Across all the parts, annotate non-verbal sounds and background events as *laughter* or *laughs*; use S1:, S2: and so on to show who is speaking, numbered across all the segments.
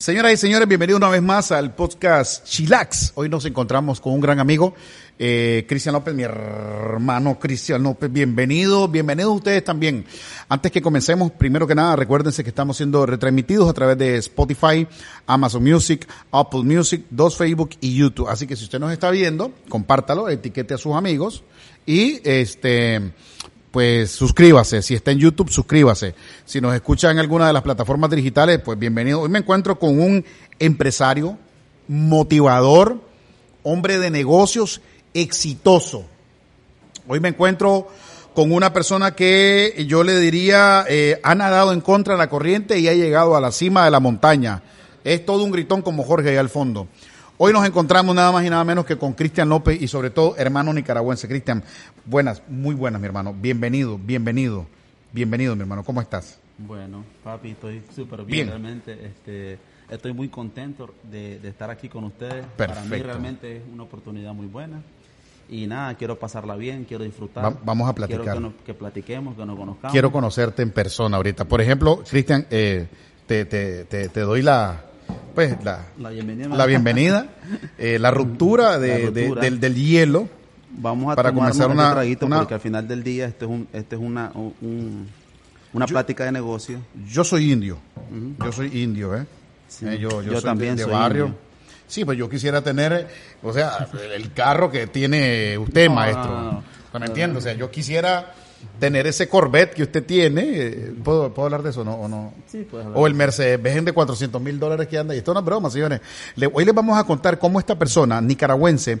S1: Señoras y señores, bienvenidos una vez más al podcast Chilax. Hoy nos encontramos con un gran amigo, eh, Cristian López, mi hermano Cristian López. Bienvenido, bienvenidos ustedes también. Antes que comencemos, primero que nada, recuérdense que estamos siendo retransmitidos a través de Spotify, Amazon Music, Apple Music, dos Facebook y YouTube. Así que si usted nos está viendo, compártalo, etiquete a sus amigos y este pues suscríbase. Si está en YouTube, suscríbase. Si nos escucha en alguna de las plataformas digitales, pues bienvenido. Hoy me encuentro con un empresario, motivador, hombre de negocios, exitoso. Hoy me encuentro con una persona que yo le diría eh, ha nadado en contra de la corriente y ha llegado a la cima de la montaña. Es todo un gritón como Jorge ahí al fondo. Hoy nos encontramos nada más y nada menos que con Cristian López y sobre todo hermano nicaragüense. Cristian, buenas, muy buenas mi hermano. Bienvenido, bienvenido, bienvenido mi hermano. ¿Cómo estás?
S2: Bueno, papi, estoy súper bien,
S1: Bien.
S2: realmente. Este, estoy muy contento de, de estar aquí con ustedes. Para mí
S1: Perfecto.
S2: realmente es una oportunidad muy buena. Y nada, quiero pasarla bien, quiero disfrutar.
S1: Va- vamos a platicar.
S2: Quiero que, nos- que platiquemos, que nos conozcamos.
S1: Quiero conocerte en persona ahorita. Por ejemplo, Cristian, eh, te, te, te, te doy la, pues, la,
S2: La bienvenida.
S1: la bienvenida, eh, la ruptura, de,
S2: La ruptura.
S1: de- del, del hielo.
S2: Vamos a
S1: para
S2: tomarnos
S1: comenzar
S2: este
S1: una-
S2: traguito
S1: una-
S2: porque al final del día esto es, un, esto es una, un- una plática de negocio.
S1: Yo soy indio, yo soy indio, ¿eh?
S2: Sí.
S1: Eh, yo, yo
S2: Yo
S1: soy
S2: también
S1: de, de
S2: soy
S1: barrio.
S2: indio.
S1: Sí, pues yo quisiera tener, eh, o sea, el carro que tiene usted,
S2: No,
S1: maestro.
S2: no, no, no.
S1: O sea, Pues ¿Me entiende? O sea, yo quisiera tener ese Corvette que usted tiene. eh, ¿Puedo, puedo hablar de eso no? o no?
S2: Sí, puedes hablar
S1: O
S2: de
S1: el Mercedes Benz de 400 mil dólares que anda. Y esto es una broma, señores. Le- hoy les vamos a contar cómo esta persona nicaragüense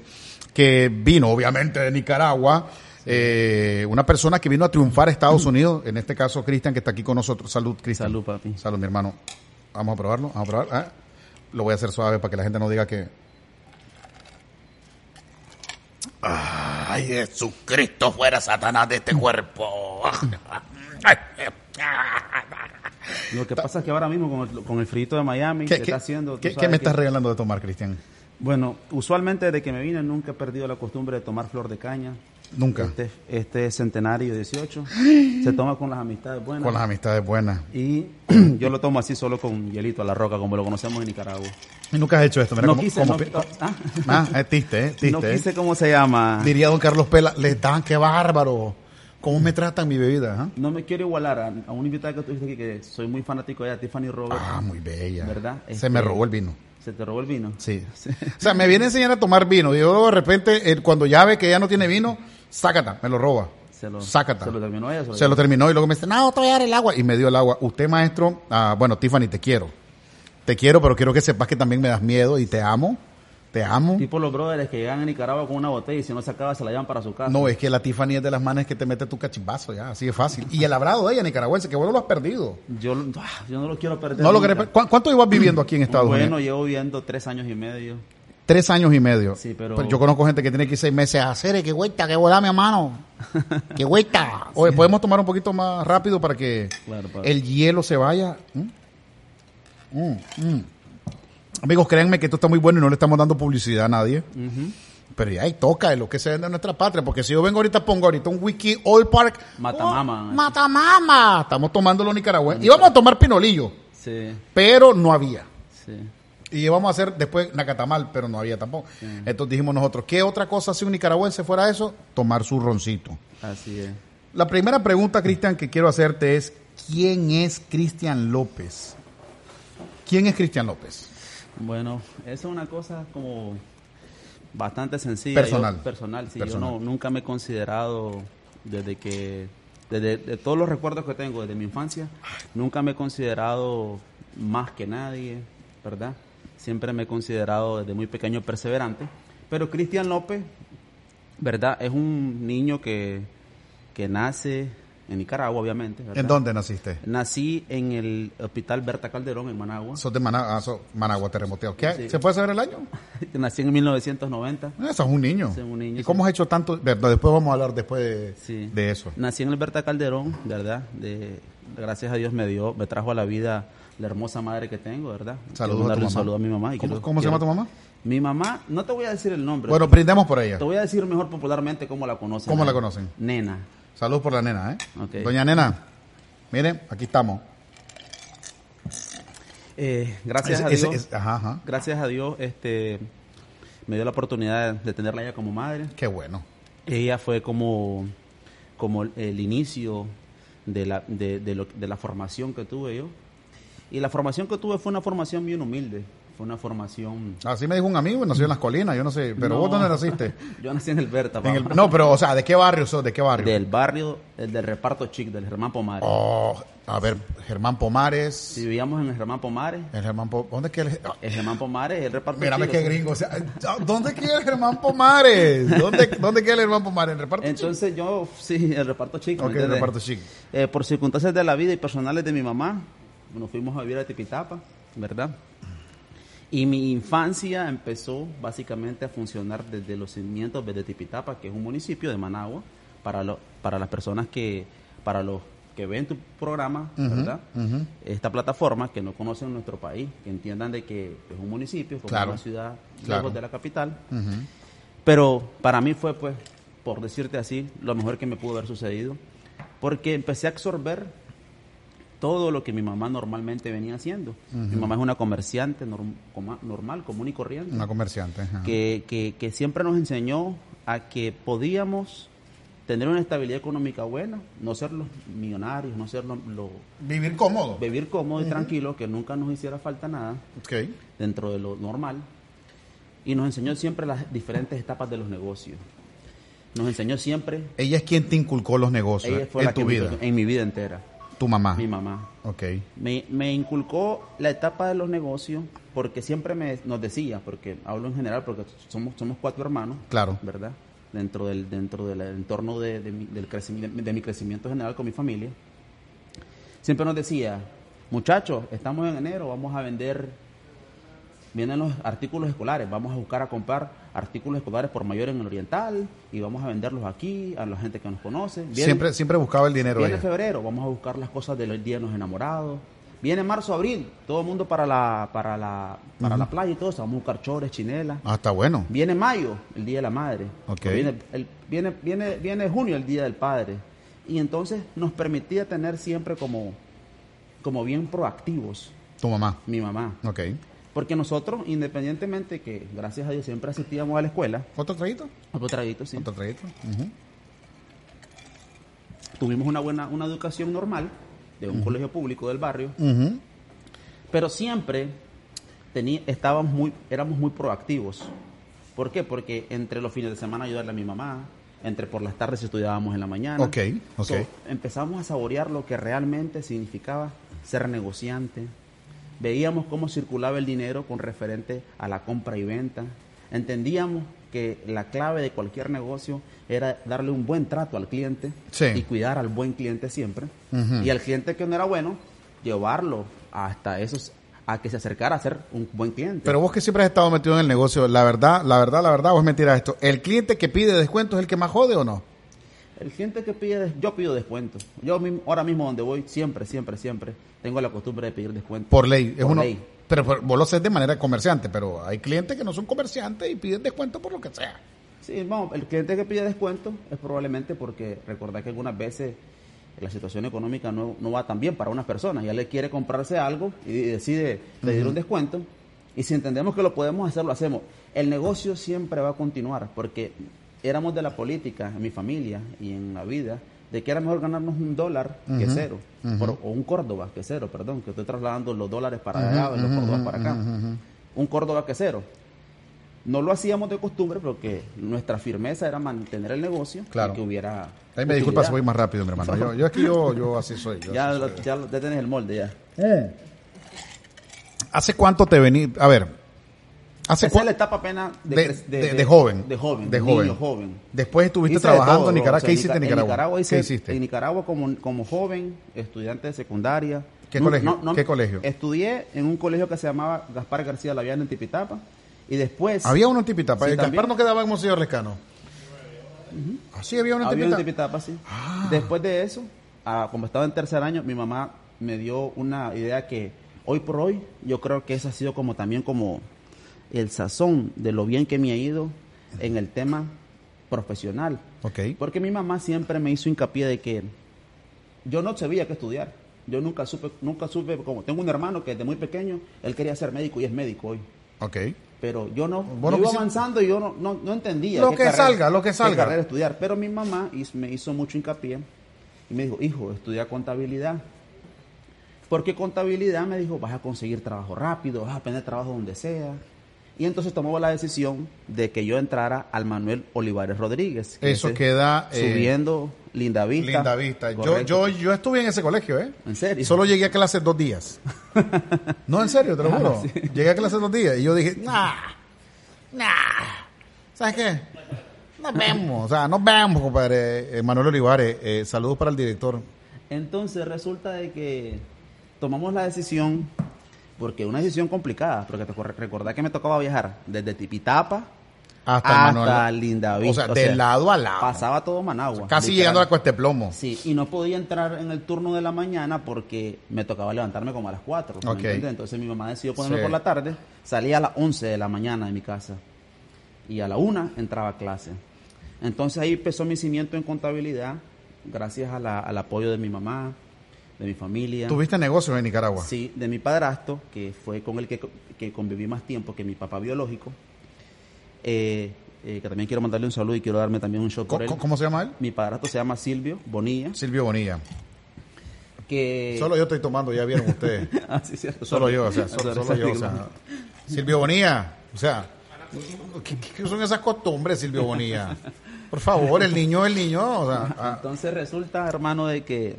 S1: que vino, obviamente, de Nicaragua, eh, una persona que vino a triunfar a Estados Unidos, en este caso Cristian, que está aquí con nosotros. Salud, Cristian.
S2: Salud, papi.
S1: Salud, mi hermano. Vamos a probarlo, vamos a probar. Ah, Lo voy a hacer suave para que la gente no diga que...
S3: Ay, Jesucristo, fuera Satanás de este cuerpo.
S2: Lo que pasa es que ahora mismo con el, con el frito de Miami
S1: ¿Qué,
S2: que
S1: qué-
S2: está haciendo... tú
S1: qué- qué
S2: sabes
S1: me
S2: que-
S1: estás regalando de tomar, Cristian?
S2: Bueno, usualmente desde que me vine nunca he perdido la costumbre de tomar flor de caña.
S1: Nunca.
S2: Este, este centenario
S1: *gasps*
S2: 18 se toma con las amistades buenas.
S1: Con las amistades buenas.
S2: y *clears throat* yo lo tomo así solo con hielito a la roca, como lo conocemos en Nicaragua.
S1: Y nunca has hecho esto. Mira,
S2: No
S1: como-
S2: quise,
S1: como
S2: no-
S1: pi-
S2: no- ah.
S1: Ah, es triste, eh, triste,
S2: no
S1: eh.
S2: quise cómo se llama.
S1: Diría don Carlos Pela, les dan, qué bárbaro. ¿Cómo me tratan mi bebida? ah?
S2: No me quiero igualar a, a un invitado que tuviste aquí que soy muy fanático de ella, Tiffany Roberts.
S1: Ah, muy bella.
S2: ¿Verdad?
S1: Se
S2: Este-
S1: me robó el vino.
S2: ¿Se te robó el vino?
S1: Sí. O sea, me viene a enseñar a tomar vino. Y yo de repente, eh, cuando ya ve que ya no tiene vino, sácata, me lo roba.
S2: Se lo-
S1: sácata.
S2: se lo terminó ella, se lo
S1: Se lo
S2: llevó.
S1: terminó y luego me dice, no, te voy a dar el agua. Y me dio el agua. Usted, maestro, ah, bueno, Tiffany, te quiero. Te quiero, pero quiero que sepas que también me das miedo y te amo. Te amo.
S2: Tipo los brothers que llegan a Nicaragua con una botella y si no se acaba se la llevan para su casa.
S1: No, es que la Tiffany es de las manes que te mete tu cachimbazo ya, así de fácil. Y el labrado de ella, nicaragüense, que vos no lo has perdido.
S2: Yo, lo- ah, yo no lo quiero perder.
S1: No lo
S2: nunca.
S1: querés per- ¿Cu- ¿Cuánto ibas viviendo aquí en Estados
S2: bueno,
S1: Unidos?
S2: llevo viendo tres años y medio.
S1: Tres años y medio.
S2: Sí, pero-
S1: yo conozco gente que tiene que ir seis meses a hacer, "Eh, que vuelta, que volá, mi
S2: *laughs*
S1: hermano. Que vuelta. Oye, podemos tomar un poquito más rápido para que
S2: Claro, para-
S1: el hielo se vaya. ¿Mm? Mm, mm. Amigos, créanme que esto está muy bueno y no le estamos dando publicidad a nadie. Pero ya ahí toca de lo que se vende en nuestra patria, porque si yo vengo ahorita, pongo ahorita un wiki All Park.
S2: Matamama.
S1: Oh, matamama. Estamos tomando los nicaragüenses. Íbamos a tomar pinolillo,
S2: Sí,
S1: pero no había.
S2: sí.
S1: Y íbamos a hacer después Nacatamal, pero no había tampoco. Entonces dijimos nosotros, ¿qué otra cosa si un nicaragüense fuera eso? Tomar su roncito.
S2: Así es.
S1: La primera pregunta, Cristian, que quiero hacerte es, ¿quién es Cristian López? ¿Quién es Cristian López?
S2: Bueno, eso es una cosa como bastante sencilla.
S1: Personal.
S2: Yo- personal, sí.
S1: Personal.
S2: Yo no, nunca me he considerado desde que, desde de todos los recuerdos que tengo desde mi infancia, nunca me he considerado más que nadie, ¿verdad? Siempre me he considerado desde muy pequeño perseverante. Pero Cristian López, ¿verdad? Es un niño que, que nace, en Nicaragua, obviamente. ¿verdad?
S1: ¿En dónde naciste?
S2: Nací en el Hospital Berta Calderón, en Managua.
S1: Sos de Managua, ah, sos Managua terremoteado. ¿Qué?
S2: Sí.
S1: ¿Se puede saber el año?
S2: *laughs* Nací en 1990.
S1: Ah, sos un niño.
S2: Soy un niño,
S1: ¿Y cómo
S2: sí.
S1: has hecho tanto? Bueno, después vamos a hablar después de,
S2: Sí.
S1: de eso.
S2: Nací en el Berta Calderón, ¿verdad? De, gracias a Dios me dio, me trajo a la vida la hermosa madre que tengo, ¿verdad? Quiero
S1: Saludos a tu
S2: darle
S1: mamá.
S2: un saludo a mi mamá. y
S1: ¿Cómo,
S2: quiero-
S1: cómo se llama tu
S2: quiero-
S1: mamá?
S2: Mi mamá, no te voy a decir el nombre.
S1: Bueno, brindemos por ella.
S2: te voy a decir mejor popularmente cómo la conocen.
S1: ¿Cómo la
S2: Ahí.
S1: conocen?
S2: Nena.
S1: Saludos por la nena, ¿eh?
S2: Ok.
S1: Doña Nena, miren, aquí estamos.
S2: Eh, gracias
S1: Ese-
S2: a
S1: ese-
S2: Dios.
S1: ese- ah. ajá, ajá.
S2: Gracias a Dios, este, me dio la oportunidad de tenerla ella como madre.
S1: Qué bueno.
S2: Ella fue como, como el- el inicio de la, de, de lo- de la formación que tuve yo. Y la formación que tuve fue una formación bien humilde. Fue una formación...
S1: Así me dijo un amigo, nació en las colinas, yo no sé. Pero
S2: No.
S1: vos dónde naciste?
S2: yo nací en el Berta,
S1: En el-
S2: papá.
S1: no, pero, o sea, ¿de qué barrio sos? ¿De qué barrio?
S2: Del barrio, el del reparto chic, del Germán Pomares.
S1: Oh, a ver, Germán Pomares.
S2: Si vivíamos en el Germán Pomares,
S1: El Germán Po- ¿Dónde es que él? ah,
S2: el Germán Pomares es el reparto
S1: Mírame
S2: chic,
S1: qué
S2: o sea.
S1: gringo. o sea, ah, ¿Dónde queda el Germán Pomares? ¿Dónde, dónde queda el Germán Pomares? ¿En reparto?
S2: Entonces yo, sí, el reparto chic. ¿me
S1: Ok, el
S2: entiendes?
S1: reparto chic.
S2: Eh, por circunstancias de la vida y personales de mi mamá, nos fuimos a vivir a Tipitapa, ¿verdad? Y mi infancia empezó básicamente a funcionar desde los cimientos desde Tipitapa, que es un municipio de Managua, para, lo- para las personas que, para los que ven tu programa, ¿verdad? Esta plataforma, que no conocen nuestro país, que entiendan de que es un municipio, como
S1: Claro.
S2: una ciudad lejos
S1: Claro.
S2: de la capital, pero para mí fue, pues, por decirte así, lo mejor que me pudo haber sucedido. Porque empecé a absorber todo lo que mi mamá normalmente venía haciendo. Mi mamá es una comerciante norm- coma- normal, común y corriente.
S1: Una comerciante. ajá.
S2: que, que- que siempre nos enseñó a que podíamos tener una estabilidad económica buena, no ser los millonarios, no ser los... los-
S1: Vivir cómodo.
S2: vivir cómodo y tranquilo, que nunca nos hiciera falta nada
S1: Ok.
S2: dentro de lo normal y nos enseñó siempre las diferentes etapas de los negocios. Nos enseñó siempre
S1: Ella es quien te inculcó los negocios
S2: ella fue
S1: en
S2: la
S1: tu
S2: que me
S1: vida. Ah.
S2: inculcó- en mi vida entera,
S1: Tu mamá.
S2: mi mamá.
S1: Ok.
S2: Me, me inculcó la etapa de los negocios porque siempre me, nos decía, porque hablo en general porque somos, somos cuatro hermanos,
S1: Claro.
S2: ¿verdad? Dentro del, dentro del entorno de, de mi, del crecimiento, de mi crecimiento general con mi familia. Siempre nos decía, muchachos, estamos en enero, vamos a vender, vienen los artículos escolares, vamos a buscar a comprar artículos escolares por mayor en el oriental y vamos a venderlos aquí a la gente que nos conoce. Vienen-
S1: Siempre, siempre buscaba el dinero
S2: Viene
S1: ella.
S2: febrero, vamos a buscar las cosas del día de los enamorados. Viene marzo, abril, todo el mundo para la para la para la playa y todo eso, vamos a buscar chores, chinelas.
S1: Ah, está bueno.
S2: Viene mayo, el día de la madre.
S1: Ok.
S2: Viene, el- viene viene viene junio, el día del padre. Y entonces nos permitía tener siempre como como bien proactivos
S1: Tu mamá.
S2: mi mamá,
S1: Ok.
S2: porque nosotros independientemente que gracias a Dios siempre asistíamos a la escuela,
S1: ¿Otro traguito?
S2: otro traguito, sí.
S1: ¿Otro traguito? Ujú.
S2: Tuvimos una buena una educación normal de un colegio público del barrio.
S1: Ujú.
S2: pero siempre tení- estábamos muy, éramos muy proactivos. ¿Por qué? Porque entre los fines de semana ayudarle a mi mamá, entre por las tardes estudiábamos en la mañana.
S1: Ok, ok.
S2: empezamos a saborear lo que realmente significaba ser negociante. Veíamos cómo circulaba el dinero con referente a la compra y venta. Entendíamos que la clave de cualquier negocio era darle un buen trato al cliente
S1: Sí.
S2: y cuidar al buen cliente siempre. Y al cliente que no era bueno, llevarlo hasta esos, a que se acercara a ser un buen cliente.
S1: Pero vos que siempre has estado metido en el negocio, la verdad, la verdad, la verdad, vos mentira esto. ¿El cliente que pide descuento es el que más jode o no?
S2: el cliente que pide, des- yo pido descuento. Yo mi- ahora mismo donde voy, siempre, siempre, siempre, tengo la costumbre de pedir descuento.
S1: Por ley. Es
S2: Por
S1: uno,
S2: ley.
S1: Pero, pero vos lo haces de manera comerciante, pero hay clientes que no son comerciantes y piden descuento por lo que sea.
S2: Sí, vamos, el cliente que pide descuento es probablemente porque recordad que algunas veces la situación económica no, no va tan bien para unas personas. Ya le quiere comprarse algo y decide pedir un descuento. Y si entendemos que lo podemos hacer, lo hacemos. El negocio siempre va a continuar porque éramos de la política en mi familia y en la vida de que era mejor ganarnos un dólar que cero. Por- o un Córdoba que cero, perdón, que estoy trasladando los dólares para allá, los Córdobas para acá. Un Córdoba que cero. No lo hacíamos de costumbre porque nuestra firmeza era mantener el negocio
S1: Claro.
S2: y que hubiera.
S1: Ahí me disculpas si voy
S2: utilidad.
S1: más rápido, mi hermano. Yo, yo es que yo, yo así soy. yo
S2: *laughs* Ya,
S1: así
S2: lo- ya, lo- ya tenés el molde, ya.
S1: soy. Mm. ¿Hace cuánto te venís? A ver, ¿Hace
S2: Esa es
S1: cuán-
S2: la etapa apenas de,
S1: de-
S2: cre-
S1: de- de joven.
S2: De joven.
S1: De
S2: niño
S1: joven.
S2: joven.
S1: Después estuviste
S2: Hice de
S1: trabajando
S2: todo,
S1: en Nicaragua.
S2: o sea,
S1: ¿Qué hiciste en
S2: Nica-
S1: Nicaragua? ¿Qué
S2: hice-
S1: hiciste?
S2: En Nicaragua como, como joven, estudiante de secundaria.
S1: ¿Qué colegio? ¿Qué colegio?
S2: Estudié en un colegio que se llamaba Gaspar García Laviana en Tipitapa. Y después...
S1: Había uno en Tipitapa.
S2: Sí,
S1: el
S2: también.
S1: Gaspar no quedaba como señor Lescano. Así había uno en
S2: Había un
S1: Tipitapa.
S2: Tipitapa, sí. Después de eso, ah, como estaba en tercer año, mi mamá me dio una idea que hoy por hoy, yo creo que eso ha sido como también como el sazón de lo bien que me ha ido en el tema profesional.
S1: Ok.
S2: Porque mi mamá siempre me hizo hincapié de que yo no sabía qué estudiar. Yo nunca supe, nunca supe, como tengo un hermano que desde muy pequeño, él quería ser médico y es médico hoy.
S1: Ok.
S2: Pero yo no,
S1: Vos no
S2: yo iba
S1: quisi-
S2: avanzando y yo no, no, no entendía.
S1: pues Lo
S2: qué
S1: que salga, lo que
S2: qué
S1: salga.
S2: carrera estudiar. Pero mi mamá hizo- me hizo mucho hincapié y me dijo, hijo, estudia contabilidad. Porque contabilidad me dijo, vas a conseguir trabajo rápido, vas a tener trabajo donde sea. Y entonces tomó la decisión de que yo entrara al Manuel Olivares Rodríguez.
S1: Eso
S2: es-
S1: queda, eh,
S2: Subiendo Linda Vista.
S1: Linda vista. Yo, yo,
S2: Correcto.
S1: yo estuve en ese colegio, ¿eh?
S2: ¿En serio?
S1: Solo llegué a clases dos
S2: *laughs*
S1: días. no, en serio, te
S2: Ah,
S1: lo juro. Llegué a clases dos días y yo dije, nah, nah. ¿Sabes qué? Nos vemos, o sea, nos vemos, compadre. Eh, Manuel Olivares, eh, saludos para el director.
S2: Entonces resulta de que tomamos la decisión, porque una decisión complicada, porque te corre- recordá que me tocaba viajar desde Tipitapa
S1: Hasta
S2: hasta,
S1: el Manuel-
S2: Lindavista.
S1: O sea, de lado a lado.
S2: Pasaba todo Managua.
S1: Casi
S2: literal.
S1: llegando a la Cuesta de Plomo.
S2: Sí, y no podía entrar en el turno de la mañana porque me tocaba levantarme como a las 4. ¿me
S1: Ok.
S2: entiendes? Entonces mi mamá decidió ponerme
S1: Sí.
S2: por la tarde, salía a las 11 de la mañana de mi casa y a la 1 entraba a clase. Entonces ahí empezó mi cimiento en contabilidad, gracias a la- al apoyo de mi mamá, de mi familia.
S1: Tuviste negocios en Nicaragua.
S2: Sí, de mi padrastro, que fue con el que, co- que conviví más tiempo que mi papá biológico. Eh, eh, que también quiero mandarle un saludo y quiero darme también un show
S1: Co-
S2: por él.
S1: co- ¿Cómo se llama él?
S2: Mi padrastro se llama Silvio Bonilla.
S1: Silvio Bonilla.
S2: Que...
S1: Solo yo estoy tomando, ya vieron ustedes.
S2: *laughs* Ah, sí, cierto.
S1: Solo
S2: Sorry.
S1: yo, o sea, solo,
S2: Sorry,
S1: solo yo, o
S2: sorry.
S1: sea. Silvio Bonilla, o sea, ¿qué, qué- qué son esas costumbres, Silvio Bonilla? Por favor, el niño, el niño, o sea, ah,
S2: Entonces resulta, hermano, de que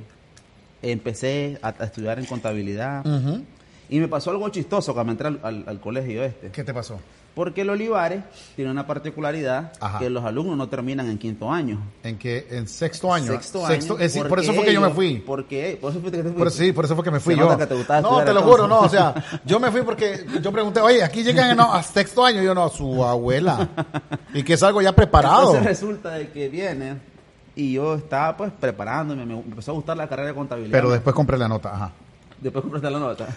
S2: empecé a, a estudiar en contabilidad
S1: ujú.
S2: y me pasó algo chistoso cuando entré al, al- al colegio este.
S1: ¿qué te pasó?
S2: Porque el Olivares tiene una particularidad
S1: Ajá.
S2: que los alumnos no terminan en quinto año.
S1: En que en sexto año.
S2: Sexto, año.
S1: es decir, por eso fue que yo me
S2: ellos-
S1: fui.
S2: Porque, eh, por eso fue que te
S1: Por,
S2: fuiste.
S1: sí, por eso fue que me fui
S2: Se
S1: yo.
S2: nota que te gustaba
S1: no,
S2: estudiar
S1: te lo
S2: entonces.
S1: juro, no, o sea, yo me fui porque yo pregunté, oye, aquí llegan no, a sexto año, y yo no, a su abuela. Y que es algo ya preparado.
S2: Entonces resulta de que viene y yo estaba pues preparándome, me empezó a gustar la carrera de contabilidad.
S1: Pero después compré la nota, ajá.
S2: Después compraste la nota. *laughs*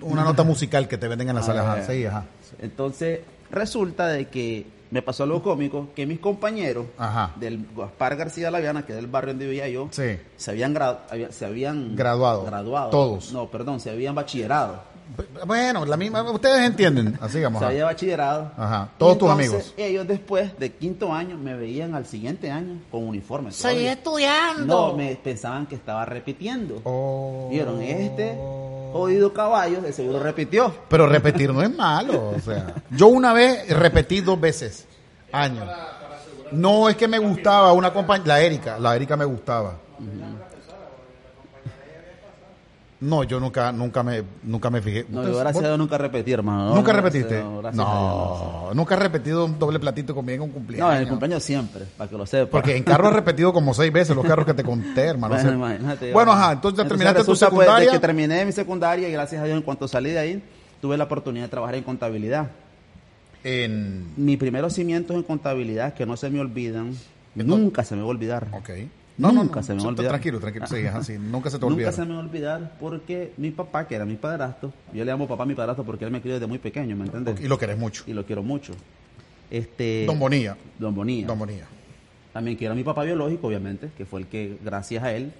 S1: Una nota musical que te venden en la
S2: Ah,
S1: sala, ajá.
S2: ya.
S1: Sí, ajá.
S2: Entonces, resulta de que me pasó algo cómico, que mis compañeros
S1: Ajá.
S2: del Gaspar García Laviana, que es del barrio donde vivía yo,
S1: Sí.
S2: se habían gra- había- se habían
S1: Graduado.
S2: graduado.
S1: Todos.
S2: No, perdón, se habían bachillerado.
S1: Bueno, la misma, ustedes entienden. Así vamos.
S2: Se había bachillerado.
S1: Ajá. Todos
S2: Y
S1: tus
S2: entonces,
S1: amigos.
S2: Ellos después de quinto año me veían al siguiente año con uniforme. Seguí estudiando. No, me pensaban que estaba repitiendo.
S1: Oh.
S2: Vieron, este jodido caballo de seguro repitió.
S1: Pero repetir no es malo, o sea. Yo una vez repetí dos veces, año. No es que me gustaba una compañera, la Erika, la Erika me gustaba. No, yo nunca, nunca me, nunca me fijé.
S2: No, yo
S1: Ustedes-
S2: gracias a
S1: vos-
S2: Dios nunca repetí, hermano. No,
S1: ¿Nunca
S2: no,
S1: repetiste?
S2: No,
S1: No,
S2: gracias a Dios, no.
S1: nunca he repetido un doble platito conmigo en un
S2: No,
S1: cumpleaños.
S2: en el cumpleaños siempre, para que lo sepa.
S1: este Porque en carro he repetido como seis veces los carros que te conté, hermano. O sea,
S2: *laughs* Bueno, imagínate,
S1: bueno,
S2: yo-
S1: ajá, entonces, terminaste tu
S2: resulta, pues,
S1: secundaria.
S2: de que terminé mi secundaria y gracias a Dios en cuanto salí de ahí, tuve la oportunidad de trabajar en contabilidad.
S1: en...
S2: Mis primeros cimientos en contabilidad que no se me olvidan, nunca se me va a olvidar.
S1: Ok.
S2: Nunca se me va a olvidar.
S1: Tranquilo, tranquilo. Sí, ajá, sí, Nunca se te
S2: Nunca
S1: olvida.
S2: se me va a olvidar porque mi papá, que era mi padrastro, yo le llamo papá a mi padrastro porque él me crió desde muy pequeño, ¿me entiendes?
S1: Y lo querés mucho.
S2: Y lo quiero mucho. Este,
S1: Don Bonilla.
S2: Don Bonilla.
S1: Don Bonilla.
S2: También quiero a mi papá biológico, obviamente, que fue el que, gracias a él,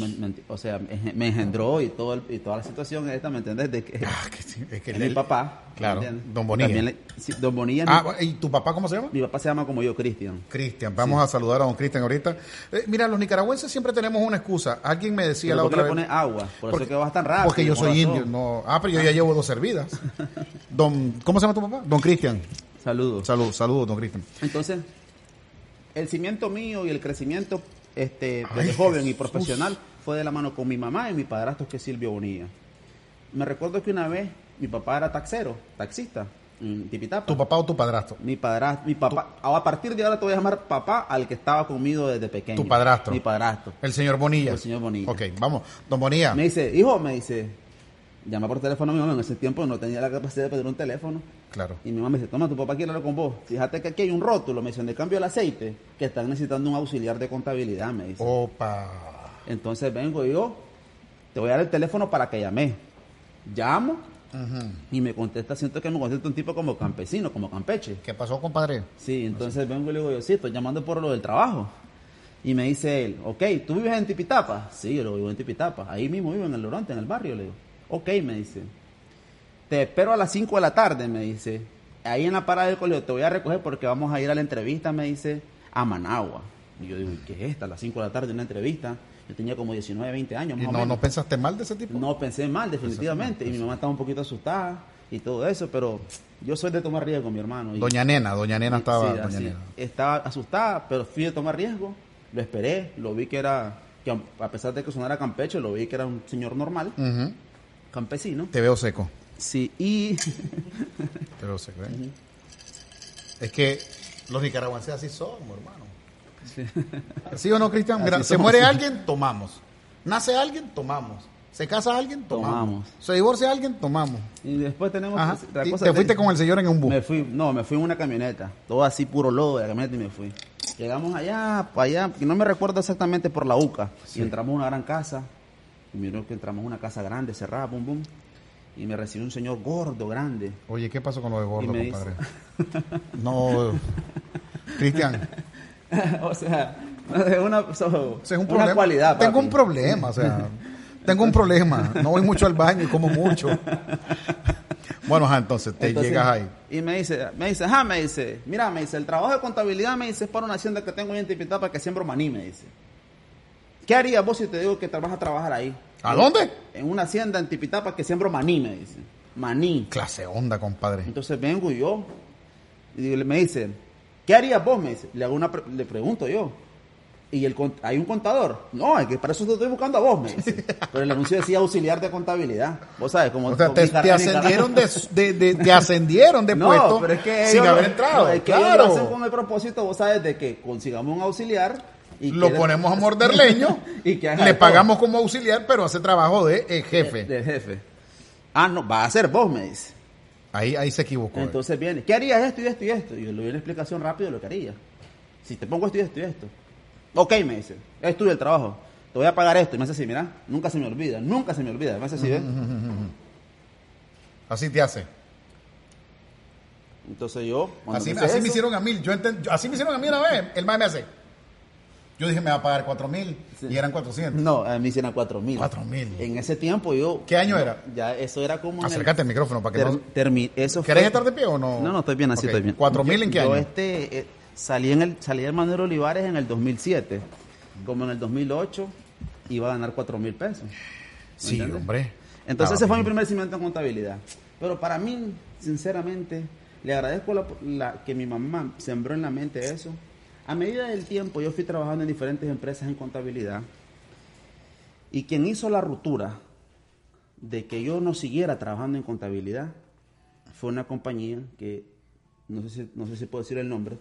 S2: me- me- o sea, me me engendró y, todo el- y toda la situación esta, ¿me entiendes? De que,
S1: Ah, que sí, es que
S2: es
S1: él-
S2: mi papá. ¿me
S1: Claro,
S2: entiendes?
S1: don Bonilla.
S2: También le- sí, don Bonilla. es mi-
S1: Ah, ¿y tu papá cómo se llama?
S2: mi, papá se llama como yo, Cristian.
S1: Cristian. Vamos a saludar a don Cristian ahorita. Eh, mira, los nicaragüenses siempre tenemos una excusa. Alguien me decía
S2: Pero
S1: la
S2: ¿por qué
S1: otra
S2: le
S1: vez.
S2: pones agua? Por eso es que vas tan rápido.
S1: Porque yo soy
S2: corazón.
S1: indio. No. Ah, pero yo ya llevo dos servidas.
S2: *laughs*
S1: Don, ¿Cómo se llama tu papá? Don Cristian.
S2: Saludos.
S1: Salud, saludos, don Cristian.
S2: Entonces, el cimiento mío y el crecimiento este,
S1: Ay,
S2: desde joven y
S1: Jesús.
S2: profesional fue de la mano con mi mamá y mi padrastro, que es Silvio Bonilla. Me recuerdo que una vez mi papá era taxero, taxista, en Tipitapa.
S1: ¿Tu papá o tu padrastro?
S2: Mi padrastro, mi papá, a partir de ahora te voy a llamar papá al que estaba conmigo desde pequeño.
S1: Tu padrastro.
S2: Mi padrastro.
S1: El señor Bonilla.
S2: El señor Bonilla.
S1: Ok, vamos. Don Bonilla.
S2: Me dice, hijo, me dice, llama por teléfono a mi mamá. En ese tiempo no tenía la capacidad de pedir un teléfono.
S1: Claro.
S2: Y mi mamá me dice, toma, tu papá quiere hablar con vos. Fíjate que aquí hay un rótulo, me dice, de cambio el aceite, que están necesitando un auxiliar de contabilidad, me dice.
S1: Opa.
S2: Entonces vengo y yo, te voy a dar el teléfono para que llamé. Llamo y me contesta, siento que me contesta un tipo como campesino, como campeche.
S1: ¿Qué pasó, compadre?
S2: Sí, entonces vengo y le digo, yo sí, estoy llamando por lo del trabajo. Y me dice él, ok, ¿tú vives en Tipitapa? Sí, yo lo vivo en Tipitapa. Ahí mismo vivo en el Lorante, en el barrio, le digo. Ok, me dice. Te espero a las 5 de la tarde, me dice. Ahí en la parada del colegio te voy a recoger porque vamos a ir a la entrevista, me dice, a Managua. Y yo digo, ¿y qué es esta? A las 5 de la tarde una entrevista. Yo tenía como 19, 20 años.
S1: ¿Y
S2: Más o
S1: no,
S2: menos.
S1: no pensaste mal de ese tipo?
S2: No pensé mal, definitivamente. Y mi mamá estaba un poquito asustada y todo eso, pero yo soy de tomar riesgo con mi hermano. Y,
S1: Doña Nena, Doña Nena
S2: Sí,
S1: estaba.
S2: sí,
S1: Doña
S2: así.
S1: Nena.
S2: Estaba asustada, pero fui a tomar riesgo. Lo esperé, lo vi que era, que a- a pesar de que sonara campecho, lo vi que era un señor normal,
S1: Ujú.
S2: campesino.
S1: Te veo seco.
S2: Sí, y
S1: Te veo seco, ¿eh? Es que los nicaragüenses así somos, hermano. Sí, o no, Cristian? Mira,
S2: Así
S1: se
S2: somos.
S1: muere alguien, tomamos. Nace alguien, tomamos. Se casa alguien, tomamos.
S2: Tomamos.
S1: Se divorcia alguien, tomamos.
S2: y después tenemos
S1: Ajá.
S2: la
S1: Y
S2: cosa
S1: te
S2: de-
S1: fuiste con el señor en un bus.
S2: Me fui, no, me fui en una camioneta, todo así puro lodo de la camioneta y me fui. Llegamos allá, para allá, que no me recuerdo exactamente por la UCA. Y entramos a una gran casa, y miro que entramos a una casa grande, cerrada, bum, bum. Y me recibió un señor gordo, grande.
S1: Oye, ¿qué pasó con lo de gordo,
S2: Y me dice-
S1: compadre? *laughs* No, Cristian,
S2: *laughs* o sea, es una, so-
S1: ese es un
S2: una
S1: problema.
S2: cualidad.
S1: tengo
S2: papi.
S1: un problema, o sea, tengo un problema. No voy mucho al baño y como mucho. Bueno, ajá, entonces te
S2: Entonces,
S1: llegas ahí.
S2: Y me dice, me dice, ajá, me dice, mira, me dice, el trabajo de contabilidad me dice es para una hacienda que tengo ahí en Tipitapa que siembro maní, me dice. ¿Qué harías vos si te digo que te vas a trabajar ahí?
S1: ¿A dónde?
S2: En una hacienda en Tipitapa que siembro maní, me dice. Maní.
S1: Clase onda, compadre.
S2: Entonces vengo y yo, y digo- me dice, ¿qué harías vos? Me dice, le, hago una pre- le pregunto yo. Y el, cont- hay un contador. No, es que para eso te estoy buscando a vos, me
S1: *laughs*
S2: dice. Pero el anuncio decía auxiliar de contabilidad. Vos sabes, como...
S1: O sea,
S2: como
S1: te,
S2: mi carrera
S1: te
S2: en
S1: ascendieron de,
S2: Nicaragua.
S1: de, de- te ascendieron de puesto
S2: *laughs* No, pero es que
S1: sin
S2: ellos lo-
S1: haber entrado.
S2: no, es que ellos lo hacen
S1: claro.
S2: con el propósito, vos sabes, de que consigamos un auxiliar y
S1: Lo
S2: que- *laughs*
S1: ponemos a morder leño,
S2: Y que haga
S1: le
S2: todo.
S1: pagamos como auxiliar, pero hace trabajo de eh, jefe.
S2: del jefe. Ah, no, va a ser vos, me dice.
S1: Ahí, ahí se equivocó. eh.
S2: Entonces viene, ¿qué harías esto y esto y esto? Y yo le doy una explicación rápida de lo que haría. Si te pongo esto y esto y esto. Ok, me dice, es tuyo el trabajo. Te voy a pagar esto. Y me hace así, mira, nunca se me olvida, nunca se me olvida. Me hace así, ¿ves?
S1: Así te hace.
S2: Entonces yo, cuando
S1: Así,
S2: me, hace
S1: así me
S2: eso,
S1: hicieron a mil. Yo enten- yo- así me hicieron a mí una vez. El más me hace. Yo dije, me va a pagar cuatro mil. Y eran cuatrocientos.
S2: No, a mí me hicieron a cuatro mil.
S1: Cuatro mil.
S2: En ese tiempo yo...
S1: ¿Qué año era?
S2: Ya, eso era como... en el-
S1: Acércate al micrófono para que
S2: Ter-
S1: no...
S2: termi- eso
S1: ¿Querés
S2: fue-
S1: estar de pie o no?
S2: No, no, estoy bien así,
S1: Ok.
S2: estoy bien.
S1: ¿Cuatro mil en qué
S2: Yo
S1: año?
S2: este, eh, salí, en el, salí del Manuel Olivares en el 2007. Como en el 2008 iba a ganar cuatro mil pesos. ¿me
S1: Sí,
S2: entiendes?
S1: hombre. Estaba
S2: Entonces ese fue
S1: bien.
S2: mi primer cimiento en contabilidad. Pero para mí, sinceramente, le agradezco la- la- que mi mamá sembró en la mente eso. A medida del tiempo yo fui trabajando en diferentes empresas en contabilidad. Y quien hizo la ruptura de que yo no siguiera trabajando en contabilidad fue una compañía que, no sé si, no sé si puedo decir el nombre,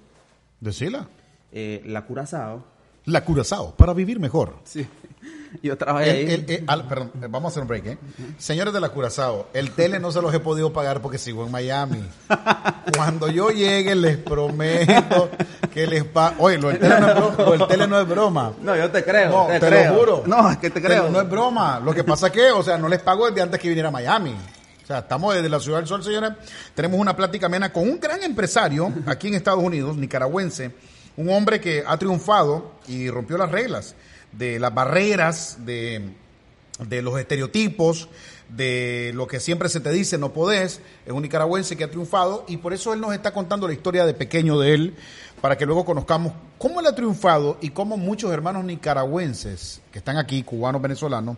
S1: Decila.
S2: eh, La Curazao. *laughs*
S1: La Curazao, para vivir mejor.
S2: Sí, yo trabajé
S1: El-
S2: ahí.
S1: el- el- al- perdón, eh, vamos a hacer un break, ¿eh? Señores de la Curazao, el tele no se los he podido pagar porque sigo en
S2: *laughs*
S1: Miami. Cuando yo llegue, les prometo que les pago. Oye, lo del tele no es broma. lo del tele no es broma.
S2: no, yo te creo.
S1: No, te,
S2: creo.
S1: lo juro.
S2: No, es que te creo.
S1: Pero no es broma. Lo que pasa que, o sea, no les pago desde antes que viniera a Miami. O sea, estamos desde la Ciudad del Sol, señores. Tenemos una plática amena con un gran empresario aquí en Estados Unidos, nicaragüense. Un hombre que ha triunfado y rompió las reglas de las barreras, de, de los estereotipos, de lo que siempre se te dice, no podés. Es un nicaragüense que ha triunfado y por eso él nos está contando la historia de pequeño de él, para que luego conozcamos cómo él ha triunfado y cómo muchos hermanos nicaragüenses que están aquí, cubanos, venezolanos,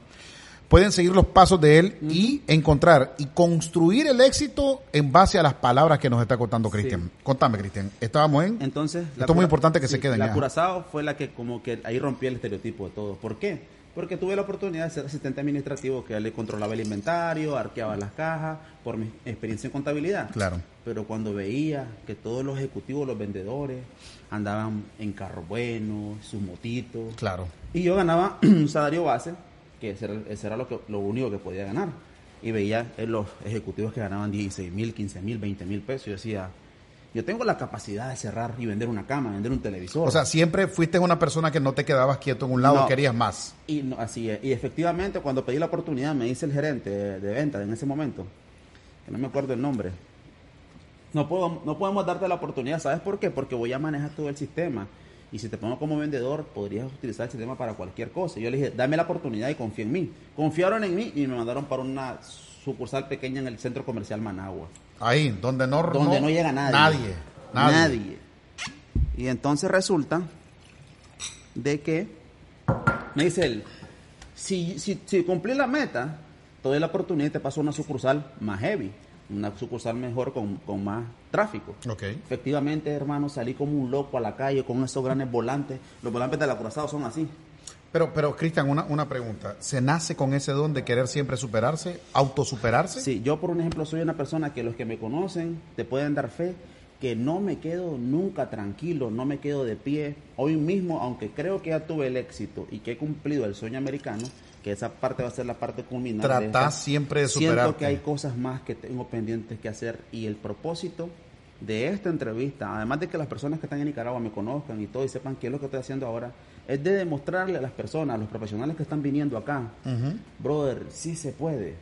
S1: pueden seguir los pasos de él y encontrar y construir el éxito en base a las palabras que nos está contando Cristian. Contame, Cristian. Estábamos en...
S2: Entonces,
S1: Esto es muy
S2: cura-
S1: importante que se queden
S2: La
S1: ya.
S2: Curazao fue la que como que ahí rompía el estereotipo de todo. ¿Por qué? Porque tuve la oportunidad de ser asistente administrativo que le controlaba el inventario, arqueaba las cajas, por mi experiencia en contabilidad.
S1: Claro.
S2: Pero cuando veía que todos los ejecutivos, los vendedores, andaban en carros buenos, sus motitos.
S1: Claro.
S2: Y yo ganaba *clears throat* un salario base, que ese era, ese era lo, que, lo único que podía ganar. Y veía eh, los ejecutivos que ganaban 16 mil, 15 mil, 20 mil pesos. Y yo decía, yo tengo la capacidad de cerrar y vender una cama, vender un televisor.
S1: O sea, siempre fuiste una persona que no te quedabas quieto en un lado,
S2: No.
S1: querías más.
S2: Y no- así es. Y efectivamente, cuando pedí la oportunidad, me dice el gerente de, de ventas en ese momento, que no me acuerdo el nombre, no, puedo, no podemos darte la oportunidad. ¿Sabes por qué? Porque voy a manejar todo el sistema. Y si te pongo como vendedor, podrías utilizar el sistema para cualquier cosa. Y Yo le dije, dame la oportunidad y confía en mí. Confiaron en mí y me mandaron para una sucursal pequeña en el centro comercial Managua
S1: Ahí, donde no,
S2: donde no, llega nadie.
S1: Nadie. Nadie.
S2: Nadie. Y entonces resulta de que me dice él, si, si, si cumplí la meta, te doy la oportunidad y te paso a una sucursal más heavy, una sucursal mejor con, con más tráfico.
S1: Ok.
S2: Efectivamente, hermano, salí como un loco a la calle con esos grandes volantes. Los volantes de la Curazao son así.
S1: Pero, pero Cristian, una, una pregunta. ¿Se nace con ese don de querer siempre superarse, autosuperarse?
S2: Sí, yo por un ejemplo soy una persona que los que me conocen te pueden dar fe que no me quedo nunca tranquilo, no me quedo de pie. Hoy mismo, aunque creo que ya tuve el éxito y que he cumplido el sueño americano, que esa parte va a ser la parte culminante. de esta-
S1: Tratás siempre de superarte.
S2: Siento que hay cosas más que tengo pendientes que hacer y el propósito de esta entrevista, además de que las personas que están en Nicaragua me conozcan y todo y sepan qué es lo que estoy haciendo ahora, es de demostrarle a las personas, a los profesionales que están viniendo acá, brother, sí se puede.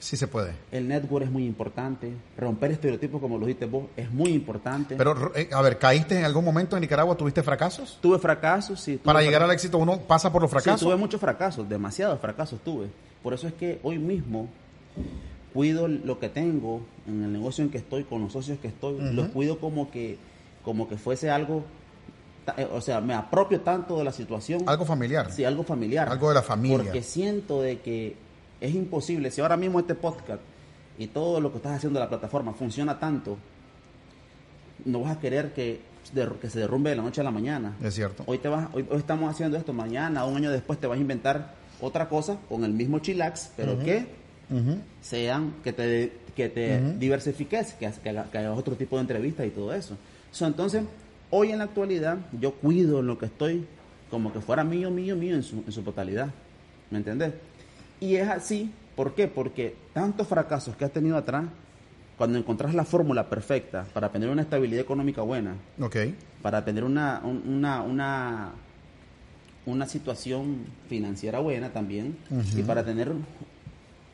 S1: Sí se puede.
S2: El network es muy importante. Romper estereotipos, como lo dijiste vos, es muy importante.
S1: Pero, eh, a ver, ¿caíste en algún momento en Nicaragua? ¿Tuviste fracasos?
S2: tuve fracasos, sí. tuve
S1: Para
S2: fra-
S1: llegar al éxito uno pasa por los fracasos.
S2: Sí, tuve muchos fracasos, demasiados fracasos tuve. Por eso es que hoy mismo cuido lo que tengo en el negocio en que estoy, con los socios que estoy, los cuido como que, como que fuese algo, ta- eh, o sea, me apropio tanto de la situación.
S1: Algo familiar.
S2: Sí, algo familiar.
S1: Algo de la familia.
S2: Porque siento de que es imposible, si ahora mismo este podcast y todo lo que estás haciendo en la plataforma funciona tanto, no vas a querer que, der- que se derrumbe de la noche a la mañana.
S1: Es cierto.
S2: Hoy, te vas, hoy, hoy estamos haciendo esto, mañana, un año después te vas a inventar otra cosa con el mismo chilax, pero que sean, que te, que te diversifiques, que, ha- que, haga- que hagas otro tipo de entrevistas y todo eso. So, entonces, hoy en la actualidad, yo cuido en lo que estoy como que fuera mío, mío, mío en su, en su totalidad. ¿Me entendés? Y es así, ¿por qué? Porque tantos fracasos que has tenido atrás, cuando encontrás la fórmula perfecta para tener una estabilidad económica buena,
S1: Ok.
S2: para tener una, un- una, una, una situación financiera buena también y para tener un